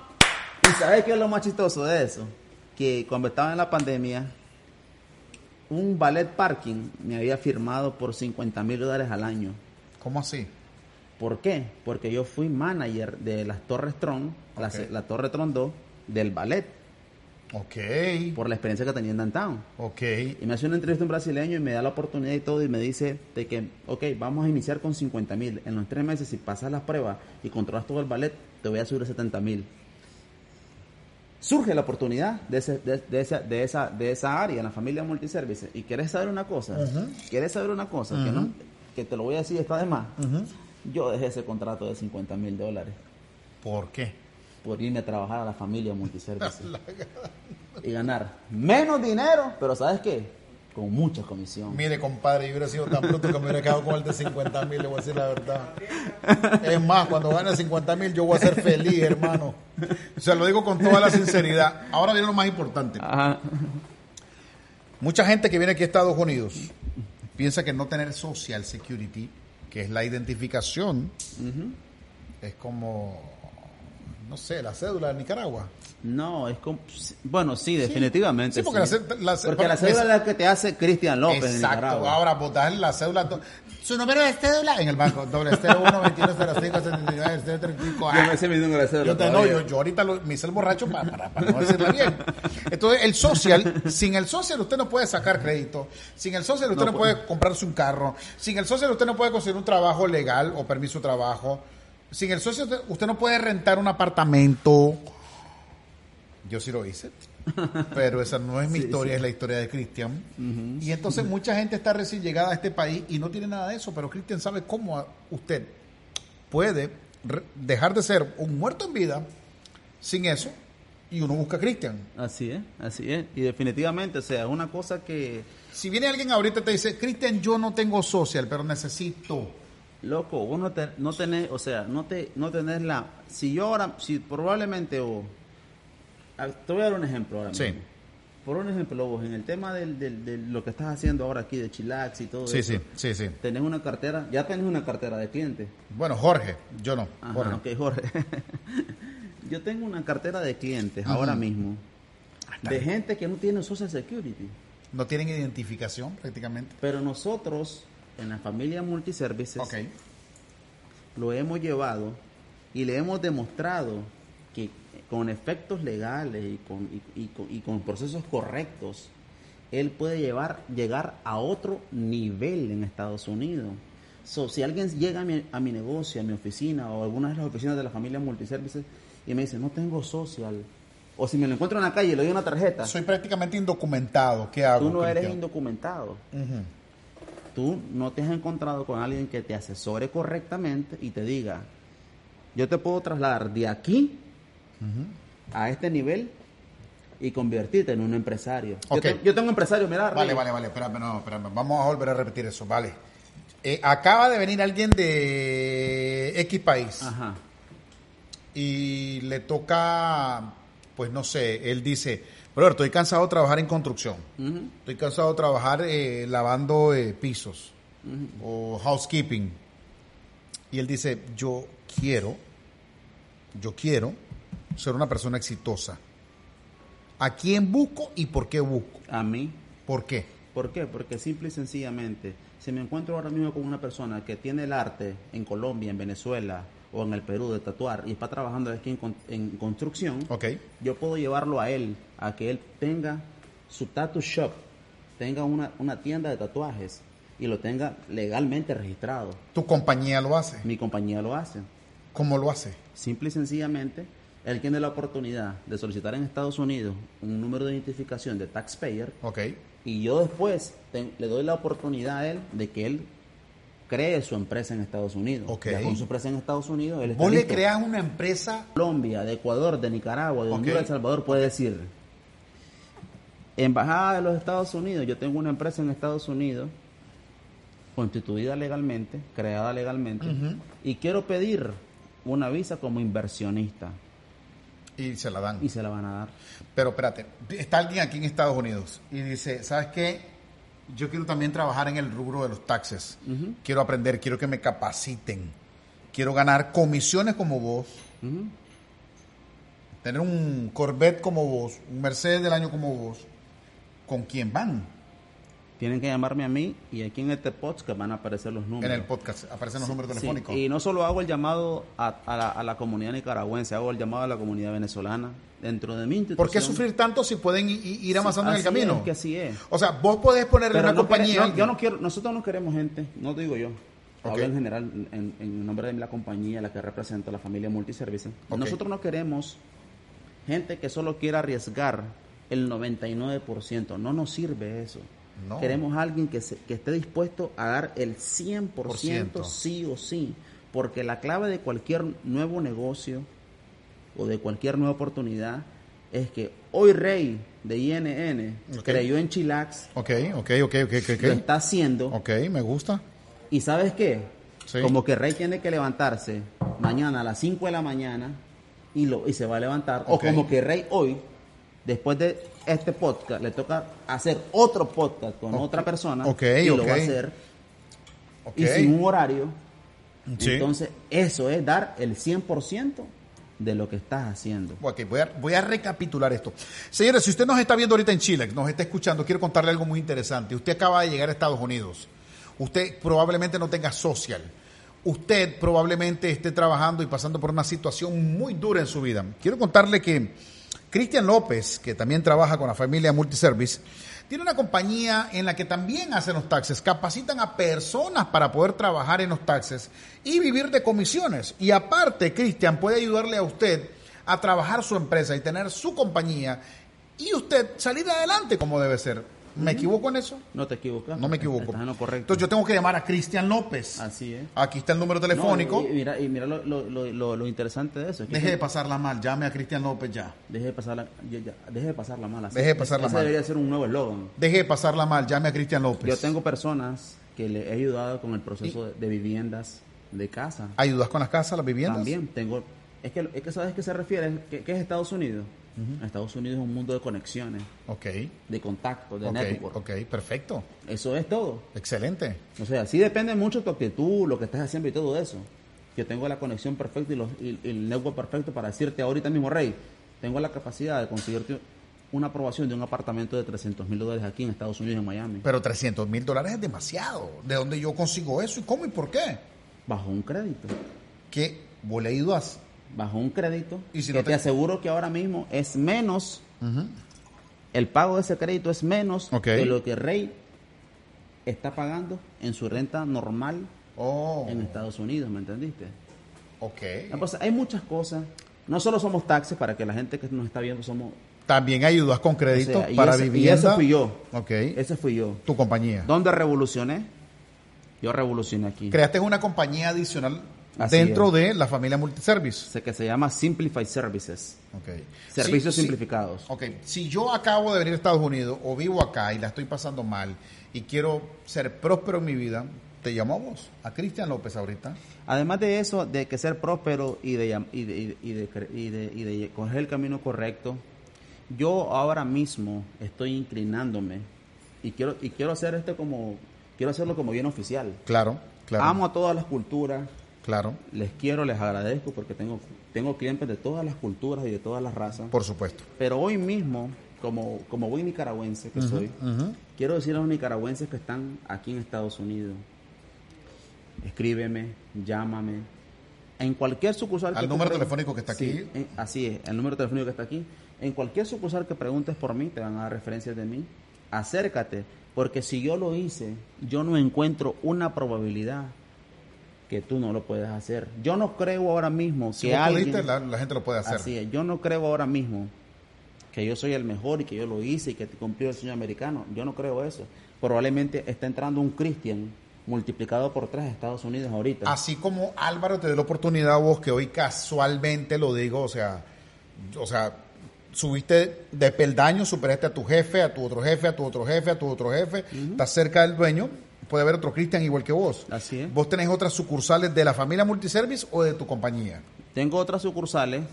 S2: ¿Y sabes qué es lo más chistoso de eso? Que cuando estaba en la pandemia, un ballet parking me había firmado por 50 mil dólares al año.
S1: ¿cómo así?
S2: ¿Por qué? Porque yo fui manager de las Torres Tron, la,
S1: Ok.
S2: la Torre Tron 2, del ballet.
S1: Ok,
S2: por la experiencia que tenía en Downtown.
S1: ok.
S2: Y me hace una entrevista un brasileño y me da la oportunidad y todo y me dice de que, ok, vamos a iniciar con 50 mil. En los tres meses, si pasas las pruebas y controlas todo el ballet, te voy a subir a 70 mil. Surge la oportunidad de, ese- de, de esa, de, esa, de esa área, en la familia multiservice. Y quieres saber una cosa, quieres saber una cosa, que, no, que te lo voy a decir, está de más. Yo dejé ese contrato de 50 mil dólares
S1: ¿Por qué?
S2: por irme a trabajar a la familia
S1: *laughs*
S2: multiservice y ganar menos dinero, pero ¿sabes qué? Con mucha comisión.
S1: Mire, compadre, yo hubiera sido tan bruto que me hubiera quedado con el de 50 mil, le voy a decir la verdad. Es más, cuando gane 50 mil, yo voy a ser feliz, hermano. Se lo digo con toda la sinceridad. Ahora viene lo más importante.
S2: Ajá.
S1: Mucha gente que viene aquí a Estados Unidos piensa que no tener Social Security, que es la identificación, es como, no sé, la cédula de Nicaragua.
S2: No, es como... Bueno, sí, definitivamente.
S1: Sí, porque la ce- la ce-
S2: Porque la
S1: es-
S2: cédula es la que te hace Cristian López en
S1: Exacto.
S2: Nicaragua.
S1: Ahora botar la cédula. do- Su número de cédula en el banco. Doble cero uno veintidós cero cinco setenta y nueve cero treinta y cinco.
S2: Yo
S1: Ah.
S2: me sé mi número de cédula
S1: Yo te- no,
S2: todavía.
S1: yo, yo ahorita lo- me hice el borracho para, para, para no decirla bien. Entonces, el social, sin el social usted no puede sacar crédito. Sin el social usted no, puede comprarse un carro. Sin el social usted no puede conseguir un trabajo legal o permiso de trabajo. Sin el social usted, usted no puede rentar un apartamento. Yo sí lo hice. Pero esa no es mi historia, es la historia de Cristian. Y entonces mucha gente está recién llegada a este país y no tiene nada de eso, pero Cristian sabe cómo a- usted puede re- dejar de ser un muerto en vida sin eso y uno busca a Cristian.
S2: Así es, así es. Y definitivamente, o sea, es una cosa que...
S1: Si viene alguien ahorita y te dice, Cristian, yo no tengo social, pero necesito.
S2: Loco, vos no, te- no tenés, o sea, no, te, no tenés la... Si yo ahora, si probablemente vos... a- Te voy a dar un ejemplo ahora
S1: Sí.
S2: mismo. Por un ejemplo, vos, en el tema del- del- de lo que estás haciendo ahora aquí, de chillax y todo eso,
S1: sí, sí.
S2: tenés una cartera, ya tenés una cartera de clientes.
S1: Bueno, Jorge, yo no.
S2: Ajá,
S1: Jorge.
S2: ok, Jorge. *laughs* Yo tengo una cartera de clientes ahora mismo
S1: Ah,
S2: de gente que no tiene Social Security.
S1: No tienen identificación prácticamente.
S2: Pero nosotros, en la familia Multiservices,
S1: Ok.
S2: lo hemos llevado y le hemos demostrado que con efectos legales y con, y- y con- y con procesos correctos, él puede llevar, llegar a otro nivel en Estados Unidos. So, si alguien llega a mi, a mi negocio, a mi oficina o a alguna de las oficinas de la familia Multiservices y me dice, no tengo social, o si me lo encuentro en la calle y le doy una tarjeta,
S1: Soy prácticamente indocumentado. ¿Qué hago?
S2: tú no eres
S1: Cristian?
S2: indocumentado. Tú no te has encontrado con alguien que te asesore correctamente y te diga, yo te puedo trasladar de aquí a este nivel y convertirte en un empresario. Yo,
S1: Ok.
S2: te- yo tengo empresarios, mira.
S1: Vale,
S2: Rey.
S1: vale, vale, espérame, no, espérame. Vamos a volver a repetir eso, vale. Eh, acaba de venir alguien de X país
S2: Ajá.
S1: y le toca, pues no sé, él dice, brother, estoy cansado de trabajar en construcción,
S2: Ujú.
S1: estoy cansado de trabajar eh, lavando eh, pisos o housekeeping. Y él dice, yo quiero, yo quiero ser una persona exitosa. ¿A quién busco y por qué busco?
S2: A mí.
S1: ¿Por qué?
S2: ¿Por qué? Porque simple y sencillamente, si me encuentro ahora mismo con una persona que tiene el arte en Colombia, en Venezuela o en el Perú de tatuar y está trabajando aquí en, con- en construcción,
S1: Ok.
S2: yo puedo llevarlo a él a que él tenga su tattoo shop, tenga una, una tienda de tatuajes y lo tenga legalmente registrado.
S1: ¿Tu compañía lo hace?
S2: Mi compañía lo hace.
S1: ¿Cómo lo hace?
S2: Simple y sencillamente, él tiene la oportunidad de solicitar en Estados Unidos un número de identificación de taxpayer
S1: Ok.
S2: y yo después te- le doy la oportunidad a él de que él cree su empresa en Estados Unidos.
S1: Ok.
S2: Ya con su empresa en Estados Unidos, él está
S1: Vos le
S2: listo.
S1: creas una empresa.
S2: Colombia, de Ecuador, de Nicaragua, de
S1: Ok.
S2: Honduras, de El Salvador, puede decir, Embajada de los Estados Unidos, yo tengo una empresa en Estados Unidos, constituida legalmente, creada legalmente, y quiero pedir una visa como inversionista,
S1: Y se la dan.
S2: y se la van a dar.
S1: Pero espérate, está alguien aquí en Estados Unidos y dice, ¿sabes qué? Yo quiero también trabajar en el rubro de los taxes. Quiero aprender, quiero que me capaciten. Quiero ganar comisiones como vos. Tener un Corvette como vos, un Mercedes del año como vos. ¿Con quién van?
S2: Tienen que llamarme a mí y aquí en este podcast van a aparecer los números.
S1: En el podcast aparecen los números
S2: Sí,
S1: telefónicos.
S2: y no solo hago el llamado a, a la, a la comunidad nicaragüense, hago el llamado a la comunidad venezolana. Dentro de mi institución.
S1: ¿Por qué sufrir tanto si pueden i- i- ir avanzando en el
S2: Así
S1: camino?
S2: es que así es.
S1: O sea, vos podés ponerle una
S2: Pero no quiere-
S1: compañía. a
S2: no, yo
S1: alguien.
S2: no quiero, nosotros no queremos gente, no digo yo. Hablo
S1: Ok.
S2: en general, en, en nombre de la compañía, la que represento, la familia Multiservices.
S1: Ok.
S2: Nosotros no queremos gente que solo quiera arriesgar el 99%. No nos sirve eso.
S1: No.
S2: Queremos alguien que, se- que esté dispuesto a dar el 100%
S1: ciento.
S2: sí o sí. Porque la clave de cualquier nuevo negocio o de cualquier nueva oportunidad es que hoy Rey de INN
S1: Ok.
S2: creyó en Chilax,
S1: Ok, ok, ok, ok, ok, ok.
S2: lo está haciendo.
S1: Ok, me gusta.
S2: ¿Y sabes qué?
S1: Sí.
S2: Como que Rey tiene que levantarse mañana a las 5 de la mañana y, lo, y se va a levantar.
S1: Ok.
S2: O como que Rey hoy, después de este podcast, le toca hacer otro podcast con otra persona
S1: ok,
S2: y lo
S1: ok.
S2: va a hacer
S1: Ok.
S2: y sin un horario.
S1: Sí.
S2: Entonces, eso es dar el 100% de lo que estás haciendo.
S1: Ok, voy a, voy a recapitular esto. Señores, si usted nos está viendo ahorita en Chile, nos está escuchando, quiero contarle algo muy interesante. Usted acaba de llegar a Estados Unidos. Usted probablemente no tenga social. Usted probablemente esté trabajando y pasando por una situación muy dura en su vida. Quiero contarle que Cristian López, que también trabaja con la familia Multiservice, tiene una compañía en la que también hacen los taxes, capacitan a personas para poder trabajar en los taxes y vivir de comisiones. Y aparte, Cristian puede ayudarle a usted a trabajar su empresa y tener su compañía y usted salir adelante como debe ser. ¿Me equivoco en eso?
S2: No te equivocas.
S1: No me equivoco.
S2: Estás en lo correcto.
S1: Entonces yo tengo que llamar a Cristian López.
S2: Así es.
S1: Aquí está el número telefónico.
S2: No, y, y mira, y mira lo, lo- lo- lo- lo interesante de eso. es que
S1: Deje de pasarla mal, llame a Cristian López ya.
S2: Deje de pasarla, ya- ya, deje de pasarla mal. así.
S1: Deje de pasarla
S2: Ese
S1: mal.
S2: debería ser un nuevo eslogan.
S1: Deje de pasarla mal, llame a Cristian López.
S2: Yo tengo personas que le he ayudado con el proceso de, de viviendas de casa.
S1: ¿Ayudas con las casas, las viviendas?
S2: También tengo... Es que, es que ¿sabes qué se refiere? ¿Qué, qué es Estados Unidos? Estados Unidos es un mundo de conexiones,
S1: Ok.
S2: de contactos, de
S1: ok,
S2: network.
S1: ok, perfecto.
S2: Eso es todo.
S1: Excelente.
S2: O sea, sí depende mucho tu actitud, lo que estás haciendo y todo eso. Yo tengo la conexión perfecta y, los- y- y el network perfecto para decirte ahorita mismo, Rey, tengo la capacidad de conseguirte una aprobación de un apartamento de 300 mil dólares aquí en Estados Unidos, en Miami,
S1: Pero 300 mil dólares es demasiado. ¿De dónde yo consigo eso? ¿Y cómo y por qué?
S2: bajo un crédito.
S1: ¿Qué? ¿Vos le ayudas?
S2: Bajo un crédito.
S1: Y si
S2: que
S1: no
S2: te...
S1: te-
S2: aseguro que ahora mismo es menos, el pago de ese crédito es menos
S1: Ok.
S2: de lo que Rey está pagando en su renta normal
S1: Oh,
S2: en Estados Unidos, ¿me entendiste?
S1: ok.
S2: La cosa- hay muchas cosas. No solo somos taxis, para que la gente que nos está viendo somos...
S1: También ayudas con
S2: o
S1: crédito
S2: sea, y
S1: para
S2: ese- y
S1: vivienda.
S2: ese fui yo.
S1: Ok.
S2: Ese fui yo.
S1: Tu compañía.
S2: ¿Dónde revolucioné? Yo revolucioné aquí.
S1: Creaste una compañía adicional
S2: Así
S1: dentro
S2: es.
S1: de la familia Multiservice.
S2: Se- que se llama Simplify Services.
S1: Ok.
S2: Servicios
S1: Sí, sí.
S2: simplificados.
S1: Ok, si yo acabo de venir a Estados Unidos o vivo acá y la estoy pasando mal y quiero ser próspero en mi vida, te llamo a vos, a Cristian López ahorita.
S2: Además de eso, de que ser próspero y de, llam- y de- y de- y de cre- y de- y de coger el camino correcto, yo ahora mismo estoy inclinándome y quiero, y quiero hacer esto como, quiero hacerlo como bien oficial.
S1: Claro, claro.
S2: Amo a todas las culturas,
S1: Claro,
S2: les quiero, les agradezco porque tengo, tengo clientes de todas las culturas y de todas las razas.
S1: por supuesto.
S2: Pero hoy mismo, como, como buen nicaragüense que soy, quiero decir a los nicaragüenses que están aquí en Estados Unidos, escríbeme, llámame, en cualquier sucursal
S1: Al
S2: tú
S1: número
S2: pregun-
S1: telefónico que está
S2: Sí,
S1: aquí.
S2: en- así es, el número telefónico que está aquí. En cualquier sucursal que preguntes por mí, te van a dar referencias de mí. Acércate, porque si yo lo hice, yo no encuentro una probabilidad que tú no lo puedas hacer. Yo no creo ahora mismo
S1: Si
S2: que
S1: vos
S2: alguien...
S1: pudiste, la, la gente lo puede hacer.
S2: Así es, yo no creo ahora mismo que yo soy el mejor y que yo lo hice y que cumplí el sueño americano. Yo no creo eso. Probablemente está entrando un Christian multiplicado por tres a Estados Unidos ahorita.
S1: Así como Álvaro te dio la oportunidad a vos, que hoy casualmente lo digo, o sea, o sea, subiste de peldaño, superaste a tu jefe, a tu otro jefe, a tu otro jefe, a tu otro jefe, estás cerca del dueño, puede haber otro Cristian igual que vos.
S2: Así es.
S1: ¿Vos tenés otras sucursales de la familia Multiservice o de tu compañía?
S2: Tengo otras sucursales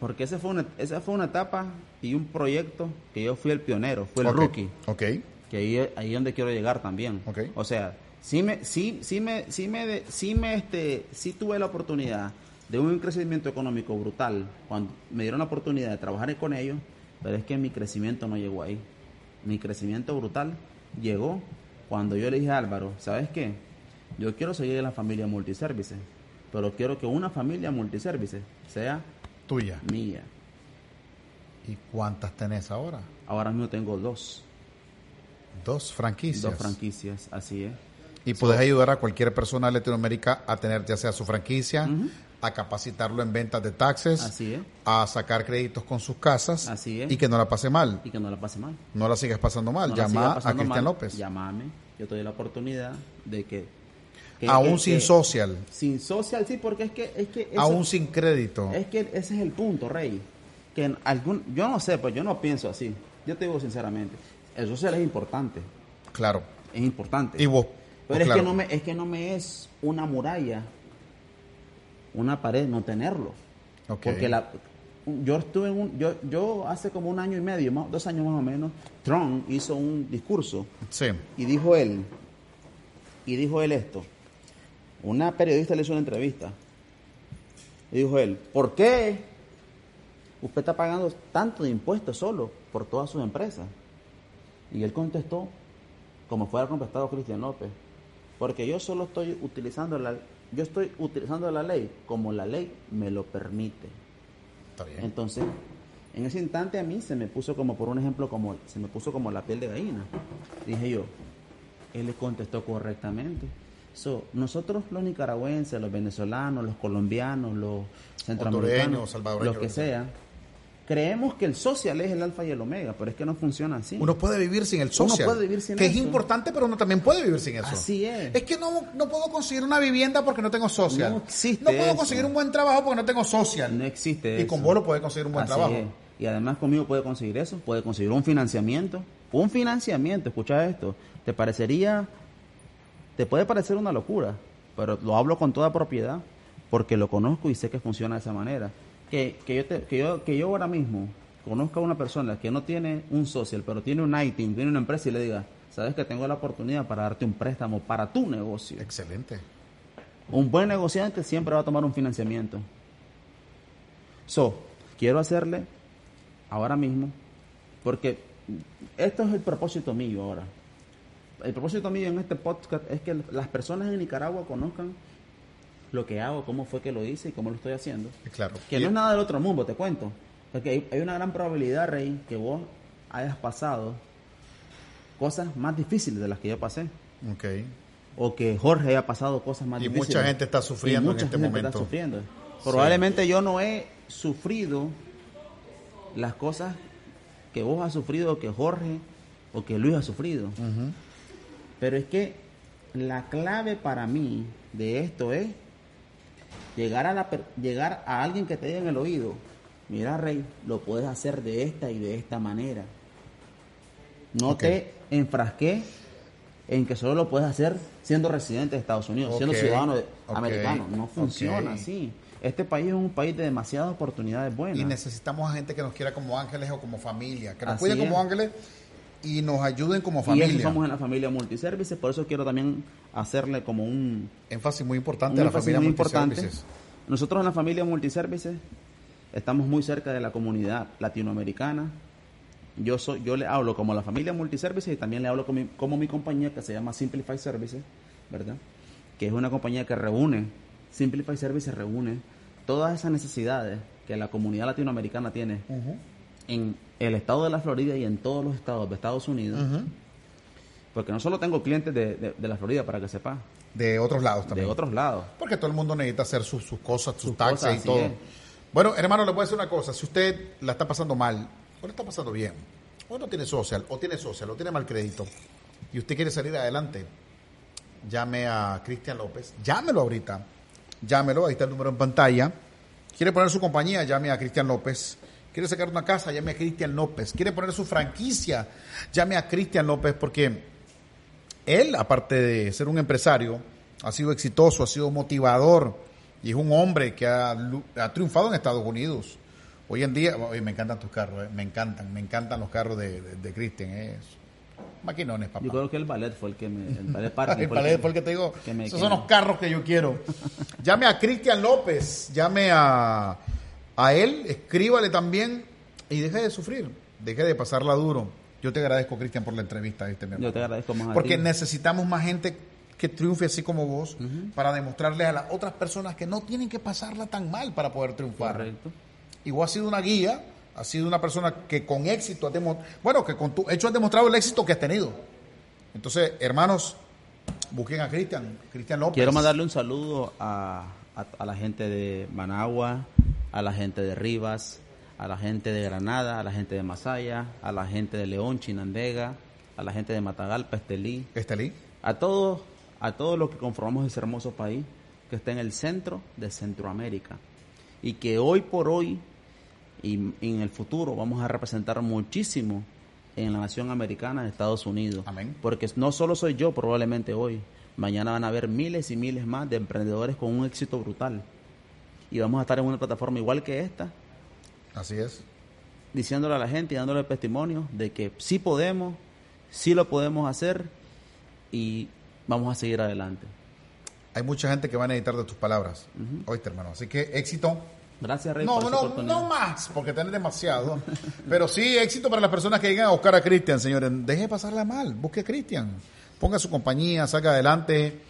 S2: porque esa fue, una, esa fue una etapa y un proyecto que yo fui el pionero, fue el
S1: Ok,
S2: rookie.
S1: Ok,
S2: que ahí, ahí es donde quiero llegar también.
S1: Ok.
S2: O sea, sí me, sí, sí me, sí me, de- sí me, este, sí tuve la oportunidad de un crecimiento económico brutal cuando me dieron la oportunidad de trabajar con ellos, pero es que mi crecimiento no llegó ahí. mi crecimiento brutal llegó cuando yo le dije a Álvaro, ¿sabes qué? Yo quiero seguir en la familia multiservices, pero quiero que una familia multiservices sea
S1: Tuya.
S2: mía.
S1: ¿Y cuántas tenés ahora?
S2: Ahora mismo tengo dos,
S1: Dos franquicias.
S2: dos franquicias, así es.
S1: Y podés ayudar a cualquier persona de Latinoamérica a tener ya sea su franquicia, a capacitarlo en ventas de taxes,
S2: Así es.
S1: a sacar créditos con sus casas
S2: Así es.
S1: y que no la pase mal.
S2: Y que no la pase mal.
S1: No la sigas pasando mal.
S2: No la siga
S1: Llama a
S2: pasando
S1: Cristian
S2: mal,
S1: López.
S2: Llamame, yo te doy la oportunidad de que... que-
S1: Aún
S2: que-
S1: sin
S2: que-
S1: social,
S2: Sin social, sí, porque es que... Es que eso-
S1: aún sin crédito.
S2: Es que ese es el punto, Rey. Que en algún, yo no sé, pues yo no pienso así. Yo te digo sinceramente, el social es importante,
S1: Claro.
S2: es importante.
S1: Y vos.
S2: Pero
S1: pues,
S2: es,
S1: claro.
S2: que no me, es que no me es una muralla, una pared, no tenerlo.
S1: Ok.
S2: Porque la, yo estuve en un, yo, yo hace como un año y medio, más- dos años más o menos, Trump hizo un discurso
S1: Sí.
S2: y dijo él, y dijo él esto. Una periodista le hizo una entrevista. Y dijo él, ¿por qué usted está pagando tanto de impuestos solo por todas sus empresas? Y él contestó, como fuera contestado Cristian López, porque yo solo estoy utilizando la, yo estoy utilizando la ley como la ley me lo permite.
S1: Está bien.
S2: Entonces, en ese instante a mí se me puso como, por un ejemplo, como se me puso como la piel de gallina. Dije yo, él le contestó correctamente. So, nosotros los nicaragüenses, los venezolanos, los colombianos, los centroamericanos,
S1: Hondureños, salvadoreños,
S2: los que
S1: lo que sea.
S2: sea, creemos que el social es el alfa y el omega, pero es que no funciona así.
S1: Uno puede vivir sin el
S2: Uno
S1: social.
S2: puede vivir sin
S1: que es
S2: eso.
S1: importante, pero uno también puede vivir sin eso.
S2: Así es.
S1: Es que no, no puedo conseguir una vivienda porque no tengo social.
S2: No existe
S1: puedo
S2: eso.
S1: conseguir un buen trabajo porque no tengo social.
S2: no existe
S1: Y con
S2: eso.
S1: vos lo puedes conseguir un buen
S2: Así
S1: trabajo.
S2: es. Y además conmigo puede conseguir eso, puede conseguir un financiamiento. Un financiamiento, escucha esto, te parecería, te puede parecer una locura, pero lo hablo con toda propiedad porque lo conozco y sé que funciona de esa manera. Que, que, yo, te- que, yo, que yo ahora mismo conozca a una persona que no tiene un social, pero tiene un ITIN, tiene una empresa y le diga, sabes que tengo la oportunidad para darte un préstamo para tu negocio.
S1: Excelente.
S2: Un buen negociante siempre va a tomar un financiamiento. So, quiero hacerle ahora mismo, porque esto es el propósito mío ahora. El propósito mío en este podcast es que las personas en Nicaragua conozcan lo que hago, cómo fue que lo hice y cómo lo estoy haciendo.
S1: Claro.
S2: Que no es nada del otro mundo, te cuento. Porque hay, hay una gran probabilidad, Rey, que vos hayas pasado cosas más difíciles de las que yo pasé
S1: Ok.
S2: o que Jorge haya pasado cosas más
S1: Y
S2: difíciles.
S1: mucha gente está sufriendo en
S2: mucha
S1: este
S2: gente
S1: momento.
S2: Está sufriendo. Probablemente yo no he sufrido las cosas que vos has sufrido, o que Jorge o que Luis ha sufrido. Pero es que la clave para mí de esto es llegar a, la, per- llegar a alguien que te diga en el oído, mira Rey, lo puedes hacer de esta y de esta manera. No
S1: Ok.
S2: te enfrasqué en que solo lo puedes hacer siendo residente de Estados Unidos, siendo
S1: Ok,
S2: ciudadano de-
S1: ok,
S2: americano. No
S1: ok.
S2: funciona así. Este país es un país de demasiadas oportunidades buenas.
S1: Y necesitamos a gente que nos quiera como ángeles o como familia. Que nos
S2: Así
S1: cuiden como
S2: es.
S1: ángeles y nos ayuden como
S2: Y eso
S1: familia.
S2: somos en la familia multiservices, por eso quiero también hacerle como un,
S1: Énfasis muy importante
S2: un
S1: a la
S2: énfasis
S1: familia
S2: muy importante.
S1: multiservices.
S2: Nosotros en la familia multiservices estamos muy cerca de la comunidad latinoamericana. Yo soy, yo le hablo como la familia multiservices y también le hablo como mi, como mi compañía que se llama Simplify Services, ¿verdad? Que es una compañía que reúne, Simplify Services reúne todas esas necesidades que la comunidad latinoamericana tiene en el estado de la Florida y en todos los estados de Estados Unidos. Porque no solo tengo clientes de, de- de la Florida, para que sepa,
S1: De otros lados
S2: de
S1: también.
S2: otros lados.
S1: Porque todo el mundo necesita hacer sus, sus cosas, sus,
S2: Sus
S1: taxes
S2: cosas,
S1: y
S2: así
S1: todo.
S2: es.
S1: Bueno, hermano, le voy a decir una cosa. Si usted la está pasando mal, o la está pasando bien, o no tiene social, o tiene social, o tiene mal crédito, y usted quiere salir adelante, llame a Cristian López. Llámelo ahorita. Llámelo, ahí está el número en pantalla. Quiere poner su compañía, llame a Cristian López. Quiere sacar una casa, llame a Cristian López. Quiere poner su franquicia, llame a Cristian López porque él, aparte de ser un empresario, ha sido exitoso, ha sido motivador y es un hombre que ha, lu- ha triunfado en Estados Unidos. Hoy en día, oye, me encantan tus carros, eh, me encantan, me encantan los carros de, de, de Christian, eh, maquinones, papá.
S2: Yo creo que el ballet fue el que me. El ballet
S1: *laughs*
S2: parking.
S1: El
S2: fue el
S1: palé,
S2: que-
S1: porque te digo,
S2: que me-
S1: esos
S2: que
S1: son
S2: me-
S1: los carros que yo
S2: *laughs*
S1: quiero. Llame a Cristian López, llame a, a él, escríbale también y deje de sufrir, deje de pasarla duro. Yo te agradezco, Cristian, por la entrevista. ¿viste, mi hermano?
S2: Yo te agradezco más a
S1: Porque
S2: ti.
S1: necesitamos más gente que triunfe así como vos para demostrarles a las otras personas que no tienen que pasarla tan mal para poder triunfar.
S2: Correcto.
S1: Y vos has sido una guía, has sido una persona que con éxito has demostrado, bueno, que con tu hecho has demostrado el éxito que has tenido. Entonces, hermanos, busquen a Cristian, Cristian López.
S2: Quiero mandarle un saludo a, a- a la gente de Managua, a la gente de Rivas, a la gente de Granada, a la gente de Masaya, a la gente de León, Chinandega, a la gente de Matagalpa, Estelí,
S1: Estelí.
S2: a todos, a todos los que conformamos ese hermoso país que está en el centro de Centroamérica y que hoy por hoy y en el futuro vamos a representar muchísimo en la nación americana de Estados Unidos.
S1: Amén.
S2: Porque no solo soy yo probablemente hoy, mañana van a haber miles y miles más de emprendedores con un éxito brutal. Y vamos a estar en una plataforma igual que esta,
S1: Así es.
S2: diciéndole a la gente y dándole testimonio de que sí podemos, sí lo podemos hacer y vamos a seguir adelante.
S1: Hay mucha gente que va a necesitar de tus palabras. Oíste, hermano. Así que éxito.
S2: Gracias, Rey,
S1: No,
S2: por esta
S1: no,
S2: oportunidad.
S1: no más, porque tenés demasiado. Pero sí, éxito para las personas que llegan a buscar a Cristian, señores. Deje de pasarla mal, busque a Cristian. Ponga su compañía, saca adelante.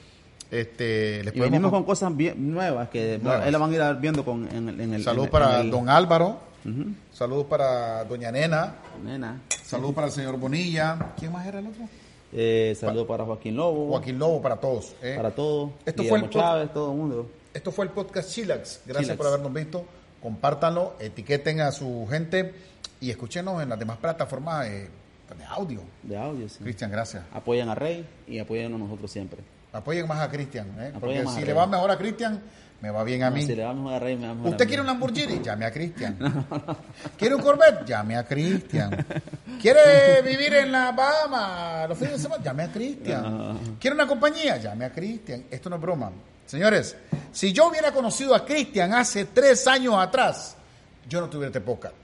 S1: Este, les
S2: Y
S1: podemos-
S2: venimos con cosas bien nuevas que
S1: Nuevas.
S2: él la van a ir viendo con, en, el- en el...
S1: Saludos
S2: en el-
S1: para
S2: en el-
S1: don Álvaro,
S2: Ujú.
S1: saludos para doña Nena,
S2: Nena.
S1: saludos para el señor Bonilla. ¿Quién más era el otro?
S2: Eh, saludo para Joaquín Lobo.
S1: Joaquín Lobo, para todos. ¿eh?
S2: Para todos.
S1: Esto
S2: Guillermo
S1: fue el pod-
S2: Chávez, todo el mundo.
S1: Esto fue el podcast Chilax. Gracias
S2: Chilax.
S1: por habernos visto. Compártanlo, etiqueten a su gente y escúchenos en las demás plataformas eh, de audio.
S2: De audio, sí.
S1: Cristian, gracias.
S2: Apoyan a Rey y apoyan a nosotros siempre.
S1: Apoyen más a Cristian, ¿eh? porque
S2: Apoyen más
S1: si
S2: a
S1: le
S2: Rey.
S1: va mejor a Cristian, me va bien a mí.
S2: Si le vamos a Rey, me vamos a
S1: ¿Usted quiere un Lamborghini? Llame a Cristian. ¿Quiere un Corvette? Llame a Cristian. ¿Quiere vivir en la Bahamas los fines de semana? Llame a Cristian. ¿Quiere una compañía? Llame a Cristian. Esto no es broma. Señores, si yo hubiera conocido a Cristian hace tres años atrás, yo no tuviera este podcast.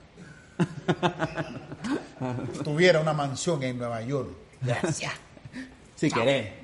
S1: tuviera una mansión en Nueva York. Gracias.
S2: Si querés.